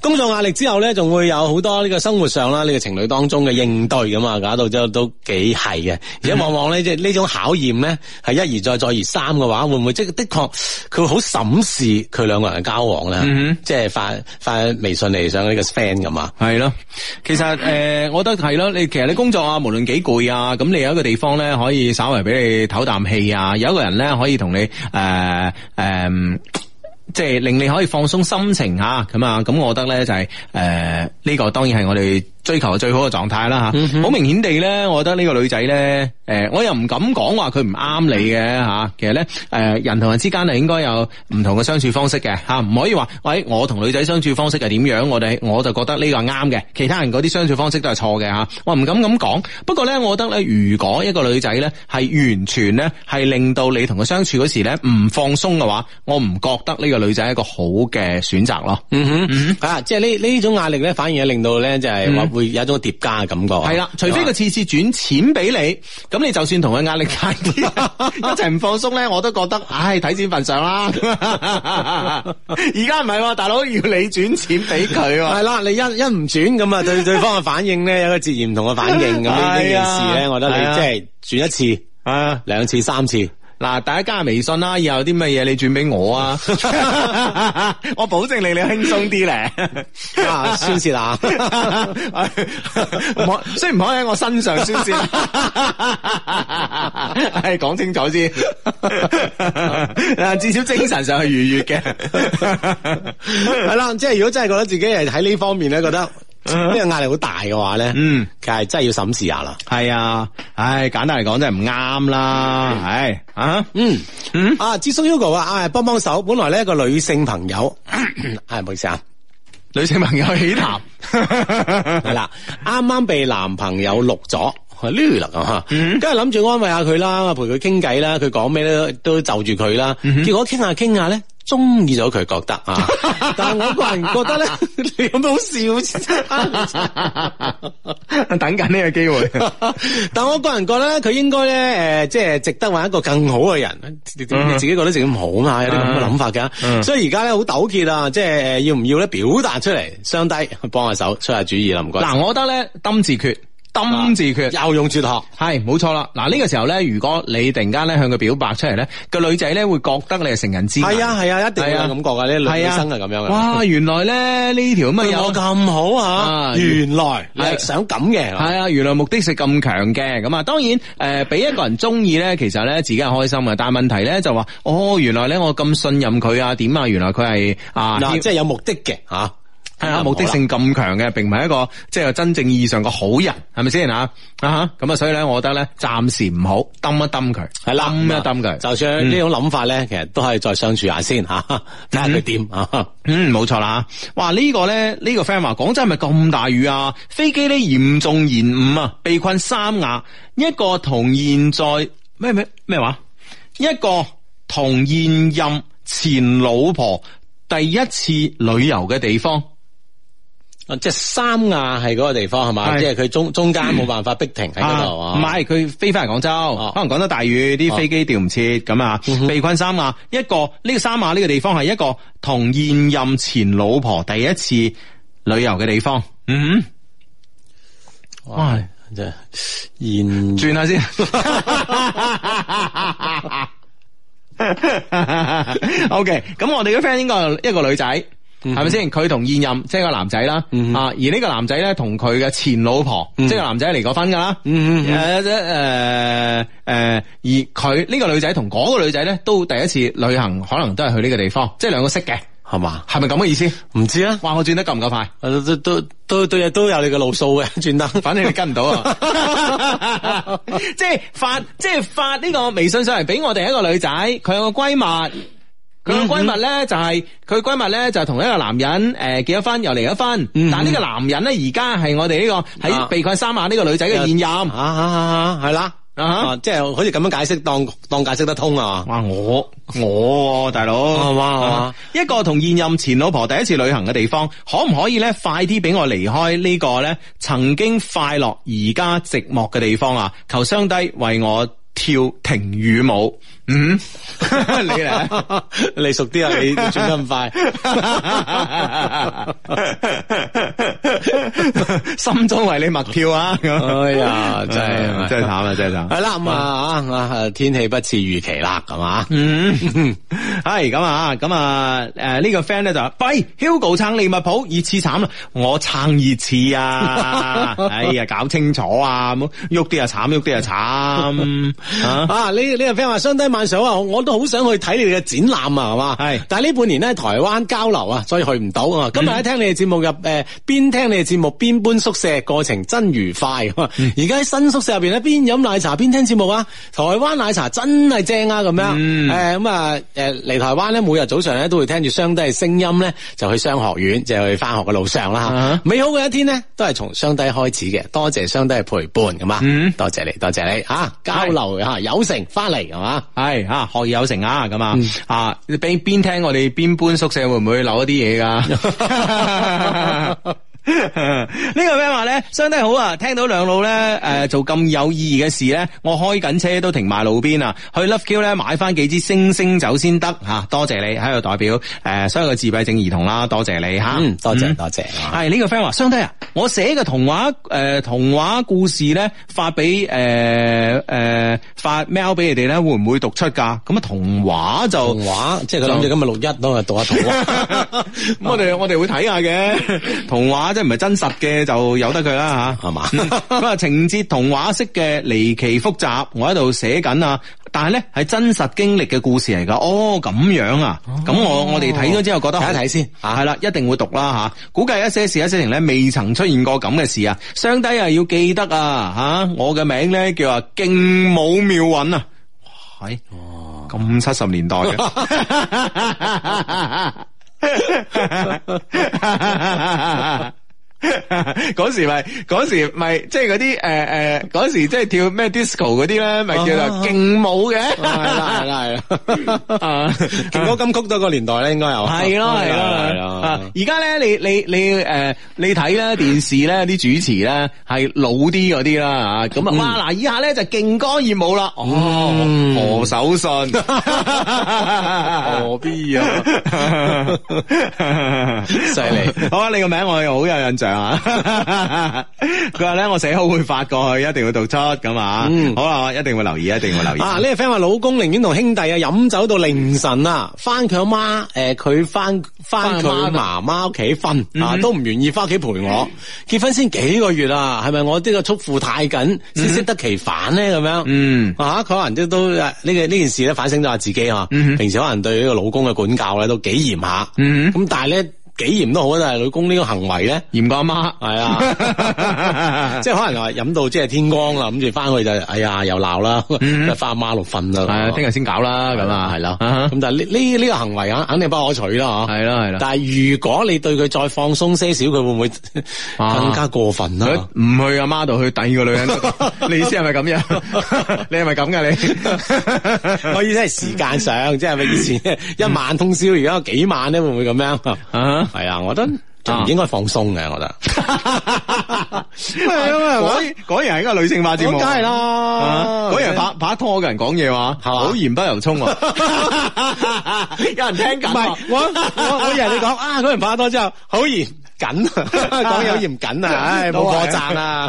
Speaker 4: 工作壓力之後咧，仲會有好多呢個生活上啦，呢、個情侶當中嘅應對咁啊，搞到都都幾係嘅。而且往往咧，即係呢種考驗咧，係一而再再而三嘅話，會唔會即係的確佢會好審視佢兩個人嘅交往咧？即係發發微信嚟上呢個 friend 咁啊。
Speaker 1: 係咯，其實诶、呃我覺得係咯，你其實你工作啊，無論幾攰啊，咁你有一個地方咧，可以稍微俾你唞啖氣啊，有一個人咧可以同你诶诶。呃即係令你可以放鬆心情吓，咁啊，咁我覺得咧就係誒呢個當然係我哋追求嘅最好嘅狀態啦吓。好、明顯地咧，我覺得呢個女仔咧，誒、我又唔敢講話佢唔啱你嘅吓、其實咧，誒、呃人同人之間係應該有唔同嘅相處方式嘅吓，唔、可以話喂我同女仔相處方式係點樣，我哋我就覺得呢個係啱嘅，其他人嗰啲相處方式都係錯嘅吓。我唔敢咁講。不過咧，我覺得咧，如果一個女仔咧係完全咧係令到你同佢相處嗰時咧唔放鬆嘅話，我唔覺得呢個女仔係一個好嘅選擇咯。
Speaker 4: 嗯哼，啊，即係呢呢種壓力咧，反而係令到咧，就係話會有一種疊加嘅感覺。啊
Speaker 1: 係啦，除非佢次次轉錢俾你，咁你就算同佢壓力大啲， [LAUGHS] 一齊唔放鬆咧，我都覺得，唉，睇錢份上啦。 [LAUGHS] 而家唔係喎，大佬要你轉錢俾佢喎。
Speaker 4: 系啦，你一一唔轉咁啊，對對方嘅反應咧，有一個截然唔同嘅反應咁呢呢
Speaker 1: 係
Speaker 4: 件
Speaker 1: 啊
Speaker 4: 事咧，我覺得
Speaker 1: 係啊
Speaker 4: 你即係轉一次、
Speaker 1: [LAUGHS] 啊，
Speaker 4: 兩次、三次，
Speaker 1: 嗱，大家加微信啦，以後有啲乜嘢你轉俾我啊， [LAUGHS] 我保證令你輕鬆啲 [LAUGHS] 咧。 [LAUGHS]
Speaker 4: 啊宣泄啊，
Speaker 1: 唔可，雖然唔可以喺我身上宣泄， [LAUGHS] 係講清楚先。 [LAUGHS] 啊，至少精神上係愉悦嘅。
Speaker 4: [LAUGHS] 系啦，即系如果真系觉得自己系喺呢方面咧，觉得呢个压力好大嘅话咧，
Speaker 1: 嗯，
Speaker 4: 其实真系要审视下啦。
Speaker 1: 係啊，唉，簡單嚟講真係唔啱啦，唉，啊，
Speaker 4: 嗯
Speaker 1: 嗯
Speaker 4: 啊，智叔 Hugo 啊，啊帮帮手，本来呢个女性朋
Speaker 1: [COUGHS]
Speaker 4: 友，系唔好意思啊，
Speaker 1: [LAUGHS] 女性朋友起談。
Speaker 4: 系啦，啱啱被男朋友錄咗。攣啦咁吓，梗係諗住安慰下佢啦，陪佢傾偈啦，佢講咩都都就住佢啦。結果傾下傾下咧，中意咗佢覺得啊，但係我個人覺得咧，你有冇笑先？ [LAUGHS]
Speaker 1: 等緊呢個機會。
Speaker 4: 但我個人覺得咧，佢應該咧，誒、即係值得揾一個更好嘅人。你你自己覺得自己唔好嘛，有啲咁嘅諗法㗎。所以而家咧好糾結啊，即係誒要唔要咧表達出嚟，相低幫下手，出下主意啦，唔該。
Speaker 1: 嗱，我覺得咧，tâm 字決，tâm
Speaker 4: 啊
Speaker 1: 字嗯決。
Speaker 4: 又用絕學。
Speaker 1: 係冇錯啦，嗱呢個時候咧，如果你突然間咧向佢表白出嚟咧，個女仔咧會覺得你係成人之眼
Speaker 4: 系啊系啊，一定會有
Speaker 1: 係啊
Speaker 4: 感覺噶，呢女
Speaker 1: 係啊
Speaker 4: 生係咁樣嘅。
Speaker 1: 哇，原來咧呢條咁嘅
Speaker 4: 對
Speaker 1: 友
Speaker 4: 我咁好啊
Speaker 1: 啊！
Speaker 4: 原來你
Speaker 1: 係
Speaker 4: 係想咁嘅，
Speaker 1: 系啊，原來目的性咁強嘅，咁啊，當然诶，俾、一個人中意咧，其實咧自己係開心嘅，但系问题咧就話，哦，原來咧我咁信任佢啊，點啊，原來佢係啊，
Speaker 4: 嗱，即係有目的嘅吓。
Speaker 1: 系啊，目的性咁強嘅，並唔係一個即係真正意義上嘅好人，係咪先啊？啊哈咁啊，所以咧，我覺得咧，暫時唔好抌一抌佢，
Speaker 4: 係啦，啊
Speaker 1: 抌一抌佢，
Speaker 4: 就算呢種諗法咧，其實都可以再相處下先吓，睇下佢點啊。
Speaker 1: 嗯，冇錯啦。哇，呢、個咧，呢、個 friend 話廣州係咪咁大雨啊？飛機咧嚴重延誤啊，被困三亞。一個同現在咩咩咩話？一個同現任前老婆第一次旅遊嘅地方。
Speaker 4: 啊即係三亞係嗰個地方係嘛，
Speaker 1: 係
Speaker 4: 即係佢中中間冇辦法逼停喺嗰度哦
Speaker 1: 啊唔
Speaker 4: 啊。
Speaker 1: 係佢飛翻嚟廣州，可能廣州大雨，啲飛機掉唔切咁啊，
Speaker 4: 嗯
Speaker 1: 被困三亞。一個呢個三亞呢個地方係一個同現任前老婆第一次旅遊嘅地方。嗯，哇！
Speaker 4: 即係現
Speaker 1: 转下先。O K，咁我哋嘅 friend 應該係一個女仔，係咪先？佢同現任即係個男仔啦，啊，而呢個男仔咧同佢嘅前老婆，即係個男仔離過婚噶啦，
Speaker 4: 嗯
Speaker 1: 誒即係誒誒而佢呢個女仔同嗰個女仔咧都第一次旅行，可能都係去呢個地方，即係兩個識嘅，
Speaker 4: 係嘛？
Speaker 1: 係咪咁嘅意思？
Speaker 4: 唔知啊，
Speaker 1: 哇！我轉得夠唔夠快？
Speaker 4: 都都都都都有都有你嘅路數嘅，轉得。
Speaker 1: 反正你跟唔到啊！ [LAUGHS] 即系發即系發呢個微信上嚟俾我哋一個女仔，佢有個閨蜜。佢個閨蜜咧就係佢閨蜜咧就同一個男人誒結咗婚又離咗婚，但係呢個男人咧而家係我哋呢個
Speaker 4: 啊
Speaker 1: 喺被困三亞呢個女仔嘅現任
Speaker 4: 啊。啊啊，係啦，
Speaker 1: 啊哈
Speaker 4: 啊，即係好似咁樣解釋，當當解釋得通啊。
Speaker 1: 哇！我我喎大佬，啊
Speaker 4: 係嘛係嘛
Speaker 1: 一個同現任前老婆第一次旅行嘅地方，可唔可以咧快啲俾我離開呢個咧曾經快樂而家寂寞嘅地方啊？求相低為我跳停雨舞。嗯， [LAUGHS] 你嚟啊。
Speaker 4: 你熟啲啊，你你轉得咁快，
Speaker 1: [LAUGHS] 心中為你默跳啊！咁
Speaker 4: 哎呀，真係
Speaker 1: [LAUGHS] 真係慘啊！真係慘。
Speaker 4: 係啦，咁啊啊啊，天氣不似預期啦，係嘛？
Speaker 1: 嗯， [LAUGHS] 系咁啊，咁啊，诶、呢、個 friend 咧就話喂 Hugo 撐利物浦，熱刺慘啦，我撐熱刺啊，哎呀，搞清楚啊，咁喐啲啊慘，喐啲啊慘，啊
Speaker 4: 啊！呢呢個 friend 話相低晚上啊，我都好想去睇你哋嘅展覽啊，係嘛？
Speaker 1: 係嗯
Speaker 4: 但係呢半年咧台灣交流啊，所以去唔到啊。今日喺聽你哋節目入誒，呃邊聽你哋節目邊搬宿舍，過程真愉快。啊
Speaker 1: 嗯
Speaker 4: 而家喺新宿舍入邊咧，邊飲奶茶邊聽節目啊。台灣奶茶真係正啊，咁樣
Speaker 1: 嗯
Speaker 4: 誒咁啊誒嚟台灣咧，每日早上咧都會聽住相低嘅聲音咧，就去商學院，就去翻學嘅路上啦
Speaker 1: 啊
Speaker 4: 嚇。美好嘅一天呢，都係從相低開始嘅，多謝相低嘅陪伴咁啊，多謝你，多謝你嚇交流嚇有成翻嚟係嘛？
Speaker 1: 系啊，學業有成啊，咁
Speaker 4: 嗯
Speaker 1: 啊，啊，
Speaker 4: [LAUGHS]
Speaker 1: 你邊邊聽我哋邊搬宿舍會唔會留一啲嘢噶？呢個 friend 話咧，相低好啊！聽到兩老咧，诶、做咁有意義嘅事咧，我開緊車都停埋路邊啊！去 Love Q 咧買翻幾支星星酒先得吓，啊多謝你喺度代表诶、誒所有嘅自閉症兒童啦，多謝你吓、
Speaker 4: 嗯，多謝
Speaker 1: 嗯
Speaker 4: 多謝。
Speaker 1: 系呢、個个 friend 话，相低啊，我寫嘅童話诶、誒童話故事咧，發俾诶诶发 mail 俾你哋咧，會唔會讀出 [LAUGHS] 㗎？咁啊，童話就
Speaker 4: 童話即係佢諗住今日六一啊都係讀下童 [LAUGHS] 話，
Speaker 1: 咁我哋我哋会睇下嘅 [LAUGHS] 童話，即係唔係真實嘅就由得佢啦吓，
Speaker 4: 係嘛
Speaker 1: 咁啊， [LAUGHS] 情節童話式嘅離奇複雜，我喺度寫緊啊，但係咧係真實經歷嘅故事嚟㗎。哦，咁樣啊，咁我我哋睇咗之後覺得
Speaker 4: 睇一睇先啊
Speaker 1: 吓，系啦，一定會讀啦吓。估計一些事一些情咧未曾出現過咁嘅事啊，相低啊要記得啊吓，我嘅名咧叫啊勁舞妙韻啊，哇係咁七十年代嘅。嗰時咪嗰時咪即係嗰啲誒誒嗰時即係跳咩 disco 嗰啲咧，咪叫做勁舞嘅，係
Speaker 4: 係啦係啦係啦。
Speaker 1: [LAUGHS] 啊，
Speaker 4: [LAUGHS] 勁歌金曲都嗰個年代咧，應該
Speaker 1: [LAUGHS]
Speaker 4: 有。
Speaker 1: 係咯係
Speaker 4: 係
Speaker 1: 咯，啊
Speaker 4: 啦。
Speaker 1: 而家咧你你你誒你睇咧電視咧啲主持咧係老啲嗰啲啦啊，咁啊哇嗱以下咧就勁歌熱舞啦，哦何守信， [LAUGHS] 何必啊？
Speaker 4: 犀利
Speaker 1: 好啊！你個名我又好有印象啊！ [LAUGHS] 佢話咧，我寫好會發過去，一定會讀出咁啊！
Speaker 4: 嗯
Speaker 1: 好啊，一定會留意，一定會留意。
Speaker 4: 啊！呢個 friend 話老公寧願同兄弟啊飲酒到凌晨啊，翻佢阿媽誒，佢翻翻佢媽媽屋企瞓啊，都唔願意翻屋企陪我。結婚先幾個月啊，係咪我呢個束縛太緊，先適得其反咧？咁樣
Speaker 1: 嗯
Speaker 4: 啊，佢可能都都呢個呢件事咧反省咗下自己啊。平時可能對呢個老公嘅管教咧都幾嚴下，
Speaker 1: 嗯
Speaker 4: 咁但係咧幾嚴都好，但係老公呢個行為咧。
Speaker 1: 嫌過阿媽
Speaker 4: 系
Speaker 1: [LAUGHS]
Speaker 4: 啊，即系可能話飲到即係天光啦，諗住翻去就哎呀又鬧啦，就翻阿媽度瞓啦。
Speaker 1: 嗯係啊，聽日先搞啦，咁啊，
Speaker 4: 係啦，
Speaker 1: 啊
Speaker 4: 咁但係呢呢呢個行為啊肯肯定不可取啦，啊
Speaker 1: 係啦係啦
Speaker 4: 但係如果你對佢再放鬆些少，佢會唔會 [LAUGHS]
Speaker 1: 啊
Speaker 4: 更加過分啊
Speaker 1: 佢
Speaker 4: 啦？
Speaker 1: 唔去阿媽度，去第二個女人
Speaker 4: [LAUGHS]
Speaker 1: 度。你意思係咪咁樣？你係咪咁噶你？
Speaker 4: 我意思係時間上，即係咪
Speaker 1: [LAUGHS]
Speaker 4: 以前一晚通宵，而家幾晚咧，會唔會咁樣？
Speaker 1: 啊
Speaker 4: 係啊，我覺得唔應該放鬆嘅，我覺得。
Speaker 1: 果然果然係一個女性化節目，
Speaker 4: 啊咁梗係啦
Speaker 1: 啊果然係拍拍拖嘅人講嘢話，
Speaker 4: 係嘛
Speaker 1: 好言不由
Speaker 4: [LAUGHS]
Speaker 1: 衷啊！有人聽緊
Speaker 4: 唔
Speaker 1: 啊
Speaker 4: 係，我我我以為你 [LAUGHS] 講啊，嗰人拍拖之後好嚴謹，講嘢好嚴謹啊，唉，冇破 [LAUGHS] 綻啊，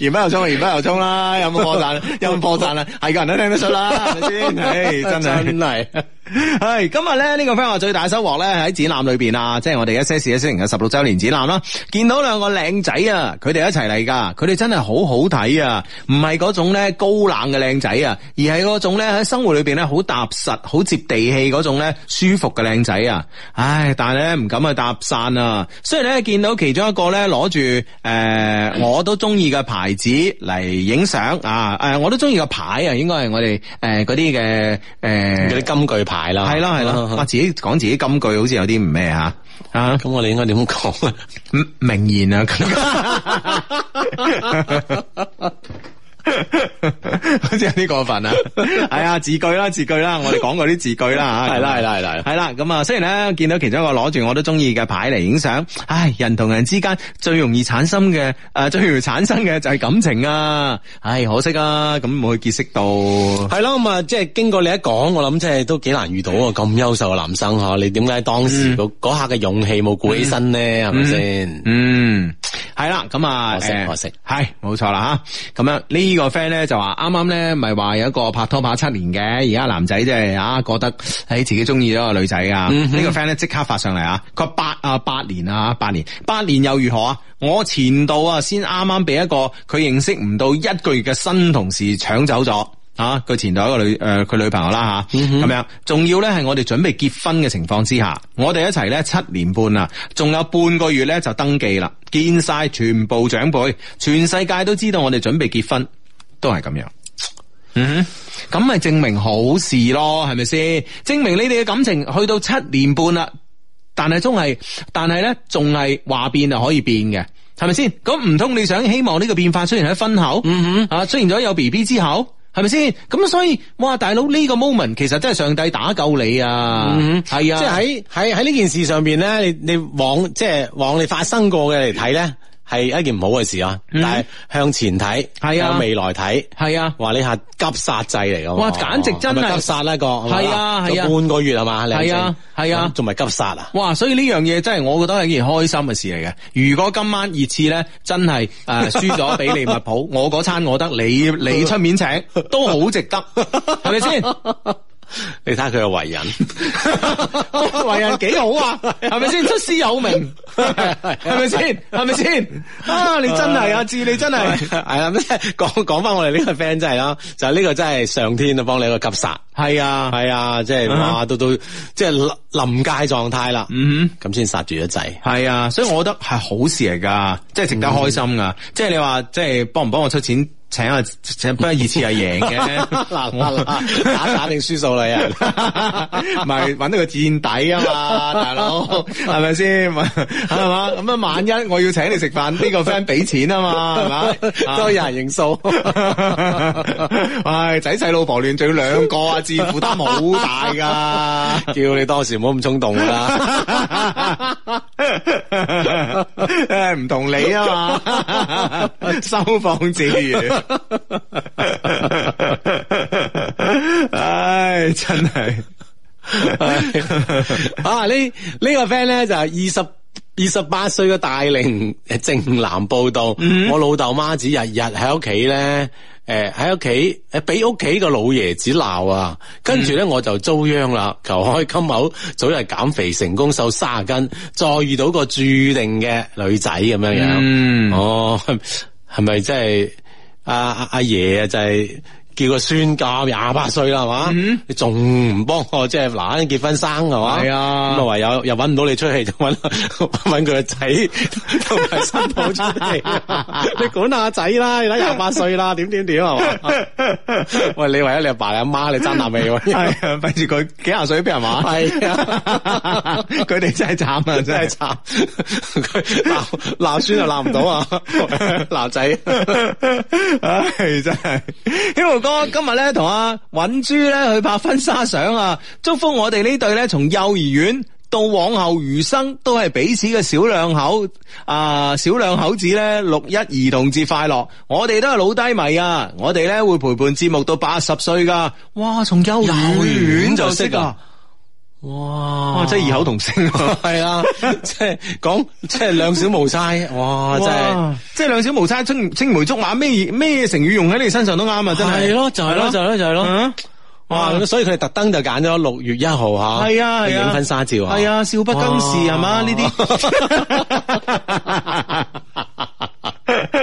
Speaker 1: 言不由衷，言不由衷啦，有冇破
Speaker 4: [LAUGHS]
Speaker 1: 綻？有冇破綻啊？係個人都聽得出啦，係咪先？唉，真
Speaker 4: 真
Speaker 1: 係。
Speaker 4: 係
Speaker 1: 系今日咧呢、個个 friend 話最大收穫咧係喺展覽裏边啊，即係我哋一些事一些情嘅十六周年展覽啦，見到兩個靚仔啊，佢哋一齊嚟㗎，佢哋真係好好睇啊，唔係嗰種咧高冷嘅靚仔啊，而係嗰種咧喺生活裏边咧好踏實、好接地氣嗰種咧舒服嘅靚仔啊，唉，但係咧唔敢去搭讪啊，雖然咧見到其中一個咧攞住诶我都中意嘅牌子嚟影相啊，诶、我都中意個牌啊，應該係我哋诶嗰啲嘅诶
Speaker 4: 嗰啲金句牌啦，
Speaker 1: 系啦系
Speaker 4: 嗯
Speaker 1: 啦，啊自己講自己金句好似有啲唔咩吓啊
Speaker 4: 咁我哋應該點講啊？
Speaker 1: 嗯名言啊 [LAUGHS] 咁，好似有啲過
Speaker 4: [LAUGHS]
Speaker 1: 分啊，係啊字句啦字句啦，我哋講過啲字句啦吓，
Speaker 4: 係啦係啦係啦
Speaker 1: 系啦，咁啊，雖然咧見到其中一個攞住我都中意嘅牌嚟影相，唉，人同人之間最容易產生嘅诶、呃最容易產生嘅就係感情啊，唉，可惜啊，咁冇去結識到。
Speaker 4: 係咯，咁啊，即係經過你一講，我諗即係都幾難遇到啊！咁優秀嘅男生嗬，你點解當時嗰嗰下嘅勇氣冇鼓起身咧？係咪先？
Speaker 1: 嗯，系啦，咁啊，
Speaker 4: 可惜
Speaker 1: 誒
Speaker 4: 可惜
Speaker 1: 係冇錯啦吓。咁樣啊呢個 friend 咧就話，啱啱咧咪話有一個拍拖拍七年嘅，而家男仔即係啊覺得喺自己中意咗個女仔啊。
Speaker 4: 嗯
Speaker 1: 呢個 friend 咧即刻發上嚟啊，佢話八啊八年啊八年，八年又如何啊？我前度啊先啱啱俾一個佢認識唔到一個月嘅新同事搶走咗。啊！佢前度有一個女诶，佢、女朋友啦吓，咁、樣，仲要咧係我哋準備結婚嘅情況之下，我哋一齊咧七年半啦，仲有半個月咧就登記啦，見晒全部長輩，全世界都知道我哋準備結婚，都係咁樣。嗯哼，咁咪證明好事咯，係咪先？證明你哋嘅感情去到七年半啦，但係仲係，但係咧仲係話變就可以變嘅。係咪先？咁唔通你想希望呢個變化出現喺婚後？嗯哼，啊，出現咗有 B B 之後，係咪先？咁所以，哇，大佬呢個 moment 其實真係上帝打救你啊！係啊，
Speaker 4: 即係喺喺喺呢件事上邊咧，你你往即係往你發生過嘅嚟睇咧，係一件唔好嘅事啊。但係向前睇，
Speaker 1: 係啊
Speaker 4: 向未來睇，
Speaker 1: 係啊。
Speaker 4: 哇！呢下急殺制嚟噶，
Speaker 1: 哇簡直真係
Speaker 4: 係咪急殺啦個，
Speaker 1: 係啊係啊
Speaker 4: 就半個月係嘛，靚仔
Speaker 1: 係啊係啊
Speaker 4: 咁仲咪急殺啊？
Speaker 1: 哇！所以呢樣嘢真係我覺得係一件開心嘅事嚟嘅。如果今晚熱刺咧真係誒輸咗俾利物 [LAUGHS] 浦，我嗰餐我得，你你出面請都好值得，係咪先？
Speaker 4: 你睇下佢嘅為人，
Speaker 1: [LAUGHS] 為人幾好啊，係咪先？出師有 [LAUGHS] 名，係咪先？係咪先？啊！你真係阿志，你真係
Speaker 4: [LAUGHS] 係啊啦，咩 [LAUGHS] 講講翻我哋呢個 friend 真係啦，就係呢個真係上天啊，幫你一個急殺。
Speaker 1: 係啊，
Speaker 4: 係啊，即係哇，到到即係臨臨界狀態啦，
Speaker 1: 嗯哼。
Speaker 4: 咁先殺住咗掣。
Speaker 1: 係啊，所以我覺得係好事嚟噶，即係值得開心
Speaker 4: 嗯
Speaker 1: 噶。即係你話，即係幫唔幫我出錢請啊，請不過熱刺係贏嘅。
Speaker 4: [LAUGHS] 嗱嗱嗱，打打定輸數
Speaker 1: [LAUGHS]
Speaker 4: 啦呀！
Speaker 1: 唔係揾到個墊底啊嘛，大佬係咪先？係嘛？咁啊，萬一我要請你食飯，呢、個 friend 俾錢啊嘛，啊係嘛？
Speaker 4: 都有人認數，
Speaker 1: 唉，仔細老婆亂，仲要兩個啊，自負擔好大噶。
Speaker 4: [LAUGHS] 叫你當時唔好咁衝動㗎啦。
Speaker 1: 誒，唔同你啊嘛，收放自如。唉，真係。
Speaker 4: [LAUGHS] 啊，呢呢個 friend 咧就係二十。二十八歲嘅大齡正男報道，
Speaker 1: 嗯
Speaker 4: 我老豆媽子日日喺屋企咧，誒喺屋企誒俾屋企個老爺子鬧啊，跟住
Speaker 1: 嗯
Speaker 4: 咧我就遭殃啦，求開金口，早日減肥成功瘦卅斤，再遇到個注定嘅女仔咁樣樣，
Speaker 1: 嗯
Speaker 4: 哦，係咪真係阿阿阿爺啊，就係、叫個孫嫁廿八歲啦，係嘛？你仲唔幫我即係嗱嗱結婚生係嘛？
Speaker 1: 嗯係啊
Speaker 4: 咁啊唯有又揾唔到你出氣，就 [LAUGHS] 揾揾佢個仔同埋新抱出
Speaker 1: [LAUGHS]
Speaker 4: 嚟。你管下個仔啦，你睇廿八歲啦，點點點係嘛？
Speaker 1: [LAUGHS]
Speaker 4: 喂，你為咗你阿爸你阿媽，你爭啖氣
Speaker 1: 係
Speaker 4: 喎。
Speaker 1: 啊，費住佢幾廿歲俾人話，
Speaker 4: 係
Speaker 1: 啊， [LAUGHS] 佢哋真係慘啊，真係
Speaker 4: 真係慘，佢鬧鬧孫又鬧唔
Speaker 1: [LAUGHS]
Speaker 4: 到啊，鬧仔。
Speaker 1: 唉，真係 Hero 哥今日咧同阿尹珠咧去拍婚紗相啊，祝福我哋呢對咧從幼兒園。到往後餘生都係彼此嘅小兩口啊，小兩口子咧六一兒童節快樂！我哋都係老低迷啊，我哋咧會陪伴節目到八十歲噶。哇，從
Speaker 4: 啊
Speaker 1: 幼兒園就識啊！
Speaker 4: 哇
Speaker 1: 哇，真係異口同聲 [LAUGHS] 啊！
Speaker 4: 系啊，即係講即係兩小無猜，哇！真係
Speaker 1: 哇即係兩小無猜，青青梅竹馬，咩咩成語用喺你身上都啱啊！真係
Speaker 4: 係咯就係咯就係咯就係咯
Speaker 1: 嗯
Speaker 4: 哇！咁所以佢哋特登就揀咗六月一號吓，
Speaker 1: 係啊，係啊，
Speaker 4: 去影婚紗照啊，
Speaker 1: 係啊，少不更事
Speaker 4: 哇
Speaker 1: 係嘛？呢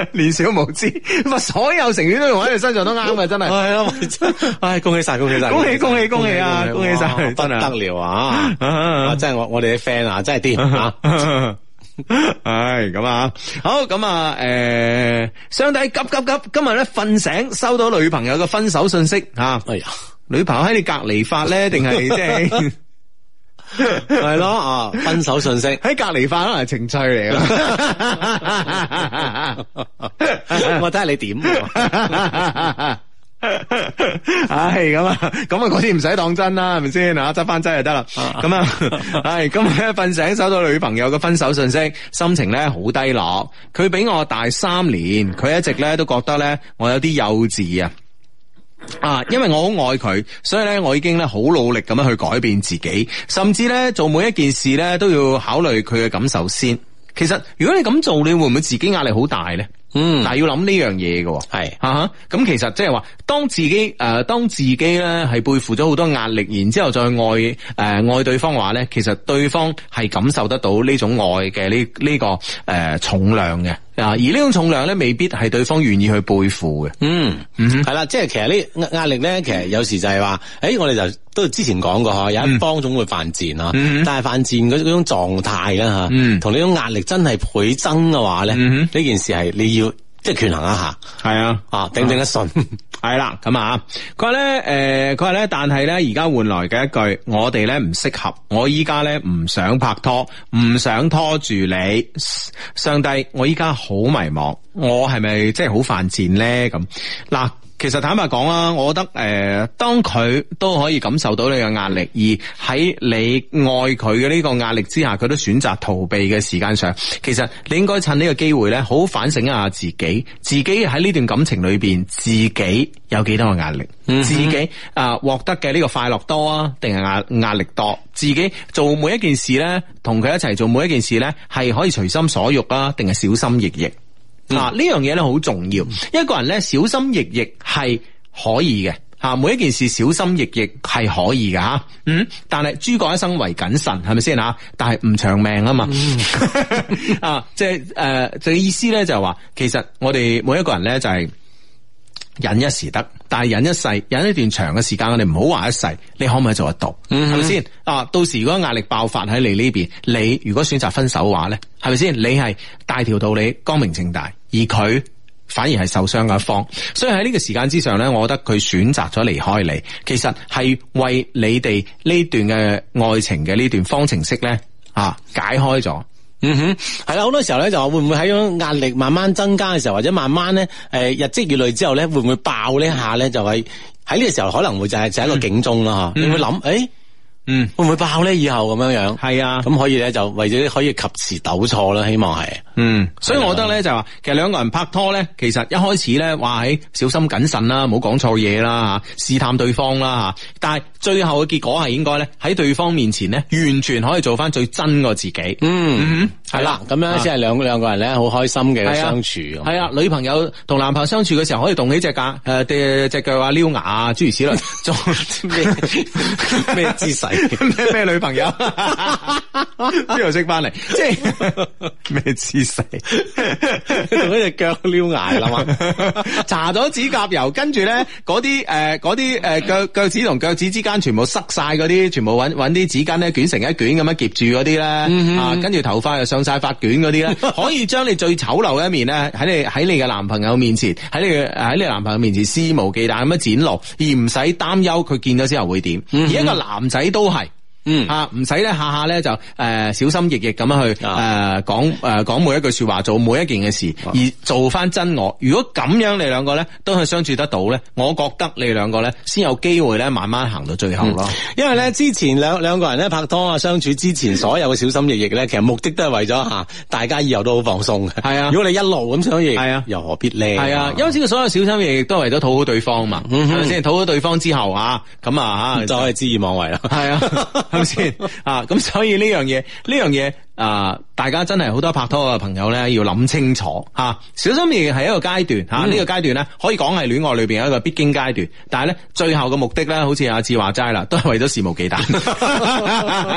Speaker 1: [LAUGHS] 啲年少無知，咪所有成語都用喺你身上都啱啊嘅，真
Speaker 4: [LAUGHS]
Speaker 1: 係。
Speaker 4: 係咯，哎真係唉，恭喜晒，恭喜晒，
Speaker 1: 恭喜恭喜恭喜啊
Speaker 4: 恭喜
Speaker 1: 恭喜晒
Speaker 4: 哇不
Speaker 1: 真係
Speaker 4: 得了 [LAUGHS] 啊！啊真係我我哋啲 friend 啊，真係 [LAUGHS] 掂啊！
Speaker 1: 唉，咁啊，好咁啊，诶、相弟急急急，今日咧瞓醒收到女朋友嘅分手信息吓、啊
Speaker 4: 哎呀，
Speaker 1: 女朋友喺你隔離發咧，定係即係。
Speaker 4: 係咯啊，分手 [LAUGHS] 信息
Speaker 1: 喺隔離發可能係情趣嚟㗎
Speaker 4: 我睇下你點啊，
Speaker 1: [LAUGHS] 唉，咁啊，咁啊，嗰啲唔使當真啦，係咪先啊？執翻真就得啦。咁啊，唉，今日咧瞓醒收到女朋友嘅分手信息，心情咧好低落。佢比我大三年，佢一直咧都覺得咧我有啲幼稚啊。啊，因為我好愛佢，所以咧我已經咧好努力咁樣去改變自己，甚至咧做每一件事咧都要考慮佢嘅感受先。其實如果你咁做，你會唔會自己壓力好大咧？
Speaker 4: 嗯
Speaker 1: 但係要諗呢樣嘢嘅喎。
Speaker 4: 係
Speaker 1: 啊哈咁其實即係話，當自己誒、呃，當自己咧係背負咗好多壓力，然之後再愛誒、呃、愛對方嘅話咧，其實對方係感受得到呢種愛嘅呢呢個誒、呃重量嘅啊，而呢種重量咧未必係對方願意去背負嘅。
Speaker 4: 嗯，係啦，即係其實呢壓壓力咧，其實有時就係話，誒，我哋就都之前講過嗬，有一方總會犯賤啊，但係犯賤嗰嗰種狀態啦吓，同呢種壓力真係倍增嘅話咧，呢件事係你要即係權衡一下
Speaker 1: 係啊。
Speaker 4: 啊，頂唔頂得順？
Speaker 1: 係啦，咁啊，佢話咧，诶、佢話咧，但係咧，而家換來嘅一句，我哋咧唔適合，我依家咧唔想拍拖，唔想拖住你，上帝，我依家好迷茫，我係咪即係好犯賤咧？咁嗱，其實坦白講啦，我覺得诶、呃，当佢都可以感受到你嘅壓力，而喺你愛佢嘅呢個壓力之下，佢都選擇逃避嘅時間上，其實你應該趁呢個機會咧，好好反省一下自己，自己喺呢段感情裏边，自己有幾多嘅壓力，自己啊获、獲得嘅呢個快樂多啊，定係壓压力多？自己做每一件事咧，同佢一齊做每一件事咧，係可以隨心所欲啊，定係小心翼翼？嗱啊呢樣嘢咧好重要，一個人咧小心翼翼係可以嘅。吓，每一件事小心翼翼係可以嘅吓，嗯，但係諸葛一生為謹慎，係咪先吓？但係唔長命啊嘛， [LAUGHS] 啊，即係诶，就意思咧就係話，其實我哋每一個人咧就係忍一時得，但係忍一世，忍一段長嘅時間，我哋唔好話一世，你可唔可以做得到？係咪先？啊，到時如果壓力爆發喺你呢邊，你如果選擇分手嘅話咧，係咪先？你係大條道理，光明正大，而佢。反而係受傷嘅一方，所以喺呢個時間之上咧，我覺得佢選擇咗離開你，其實係為你哋呢段嘅愛情嘅呢段方程式咧啊解開咗。
Speaker 4: 嗯哼，系啦，好多時候咧就話會唔會喺種壓力慢慢增加嘅時候，或者慢慢咧诶日積月累之後咧，會唔會爆呢一下咧？就係喺呢個時候可能會就係就係一個警鐘啦吓，你會諗诶，
Speaker 1: 嗯，
Speaker 4: 會唔會爆咧？以後咁樣樣，
Speaker 1: 係啊
Speaker 4: 咁可以咧就為咗可以及時糾錯啦，希望係。
Speaker 1: 嗯，所以我覺得
Speaker 4: 啊
Speaker 1: 咧就係話，其實兩個人拍拖咧，其實一開始咧話喺小心謹慎啦，唔好講錯嘢啦嚇，試探對方啦嚇。但係最後嘅結果係應該咧喺對方面前咧，完全可以做翻最真個自己。
Speaker 4: 嗯，系啦，咁
Speaker 1: 啊
Speaker 4: 樣先係兩兩個人咧好開心嘅相處。
Speaker 1: 系啊，女朋友同男朋友相處嘅時候，可以動起呃隻腳，诶、隻隻腳啊，撩牙啊，諸如此類， [LAUGHS] 做 [LAUGHS] 咩咩姿勢？咩咩女朋 [LAUGHS] 友？邊度識翻嚟？即係 [LAUGHS] 咩姿勢？
Speaker 4: 同一隻腳撩牙啦嘛。
Speaker 1: 搽咗指甲油，跟住咧嗰啲诶嗰啲诶脚脚趾同腳趾之間全部塞晒嗰啲，全部揾揾啲紙巾咧捲成一卷咁樣夾住嗰啲咧，
Speaker 4: 嗯
Speaker 1: 啊跟住頭髮又上晒髮卷嗰啲
Speaker 4: [LAUGHS]
Speaker 1: 咧，可以將你最醜陋嘅一面咧喺你喺你嘅男朋友面前，喺你嘅喺你男朋友面前肆無忌憚咁樣展露，而唔使擔憂佢見咗之後會點，而一個男仔都係。
Speaker 4: 嗯
Speaker 1: 啊，唔使咧下下咧就誒、呃小心翼翼咁樣去
Speaker 4: 啊
Speaker 1: 誒講誒講每一句説話，做每一件嘅事，而做翻真我。如果咁樣你兩個咧都係相處得到咧，我覺得你兩個咧先有機會咧慢慢行到最後咯。
Speaker 4: 因為咧之前兩兩個人咧拍拖啊相處之前，所有嘅小心翼翼咧，其實目的都係為咗吓大家以後都好放鬆嘅。
Speaker 1: 係啊
Speaker 4: 如果你一路咁小心翼翼，
Speaker 1: 係啊
Speaker 4: 又何必咧？
Speaker 1: 係啊，嗯因為呢個所有小心翼翼都係為咗討好對方嘛，係咪先？討好對方之後啊，咁啊嚇
Speaker 4: [LAUGHS] 就可以恣意妄為啦。
Speaker 1: 系啊，系咪先啊？咁所以呢樣嘢，呢樣嘢啊，大家真係好多拍拖嘅朋友咧，要諗清楚吓、啊小心翼翼係一個階段吓，啊呢、個階段咧可以講係戀愛裏边一個必經階段，但係咧最後嘅目的咧，好似阿志話齋啦，都係為咗肆無忌憚。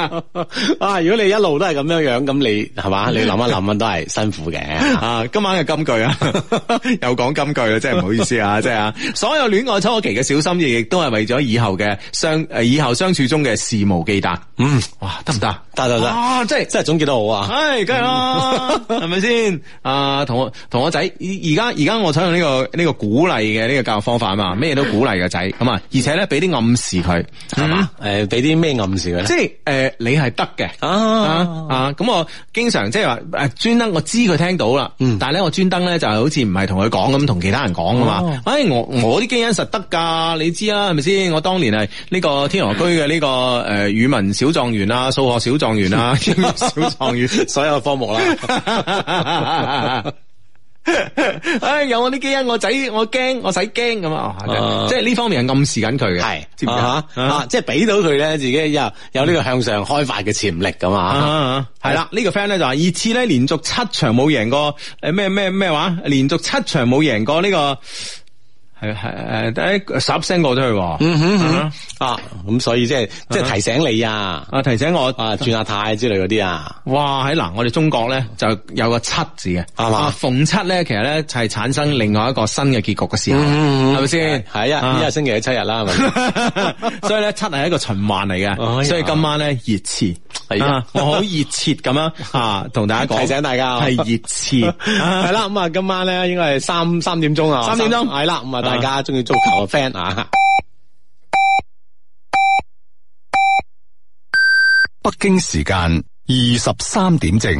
Speaker 1: [LAUGHS]
Speaker 4: 啊！如果你一路都係咁樣樣，咁你係 [LAUGHS] 嘛？你諗一諗啊，都係辛苦嘅。
Speaker 1: [LAUGHS] 啊，今晚嘅金句啊， [LAUGHS] 又講金句啦，真係唔好意思
Speaker 4: [LAUGHS]
Speaker 1: 啊，真係啊，所有戀愛初期嘅小心翼翼都係為咗以後嘅相诶以後相處中嘅肆無忌憚。嗯，哇，得唔得？
Speaker 4: 得得得
Speaker 1: 啊，真係
Speaker 4: 真係總結得好啊！
Speaker 1: 唉，梗系
Speaker 4: [LAUGHS]
Speaker 1: 啦，系咪先？啊，同我同我仔而家而家我採用呢、個呢、個鼓勵嘅呢個教育方法啊嘛，咩嘢都鼓勵個仔咁啊，而且咧俾啲暗示佢，
Speaker 4: 係嘛？誒，俾啲咩暗示佢咧？
Speaker 1: [LAUGHS] 即係诶、呃你係得嘅。啊
Speaker 4: 啊，
Speaker 1: 啊！咁我經常即係話誒專登，我知佢聽到啦，
Speaker 4: 嗯
Speaker 1: 但係咧我專登咧就係好似唔係同佢講咁，同其他人講噶嘛。
Speaker 4: 哦
Speaker 1: 哎，我我啲基因實得㗎，你知啊啦，係咪先？我當年係呢個天河區嘅呢個誒語文小狀元啊，數學小狀元
Speaker 4: [LAUGHS]
Speaker 1: 啊，英語小狀元，
Speaker 4: 所有科目 [LAUGHS] 啦。
Speaker 1: 唉，哎有我啲基因，我仔我驚，我使驚咁啊！
Speaker 4: 啊
Speaker 1: 即係呢方面係暗示緊佢嘅，
Speaker 4: 系
Speaker 1: 知唔知
Speaker 4: 啊吓啊，即系俾到佢咧，自己有有呢個向上開發嘅潛力噶嘛。
Speaker 1: 啊，系啦，呢個 friend 咧就話熱刺咧連續七場冇贏過诶咩咩咩話，連續七場冇贏過呢個係係诶，十聲過咗去
Speaker 4: 嗯
Speaker 1: 喎。
Speaker 4: 啊，咁所以即係即系提醒你啊，
Speaker 1: 啊，提醒我
Speaker 4: 啊轉下態之類嗰啲啊。
Speaker 1: 哇！喺嗱，我哋中國咧就有個七字嘅，
Speaker 4: 係嘛
Speaker 1: 啊逢七咧，其實咧就係產生另外一個新嘅結局嘅時候，係咪先？
Speaker 4: 嗯係啊，呢個星期嘅七日啦，係
Speaker 1: [LAUGHS]
Speaker 4: 咪？
Speaker 1: 所以咧，七係一個循環嚟
Speaker 4: 哎
Speaker 1: 嘅，
Speaker 4: 呀
Speaker 1: 所以今晚咧熱刺，
Speaker 4: 係啊
Speaker 1: 啊我好熱切咁樣啊，同大家講，
Speaker 4: 提醒大家啊
Speaker 1: 係熱
Speaker 4: [LAUGHS]
Speaker 1: 刺，
Speaker 4: 係
Speaker 1: 係
Speaker 4: 啦，咁啊，今晚咧應該係三三點鐘啊，
Speaker 1: 三點鐘
Speaker 4: 係啦，咁啊，大家中意足球嘅 friend 啊，
Speaker 7: 北京时间二十三点正。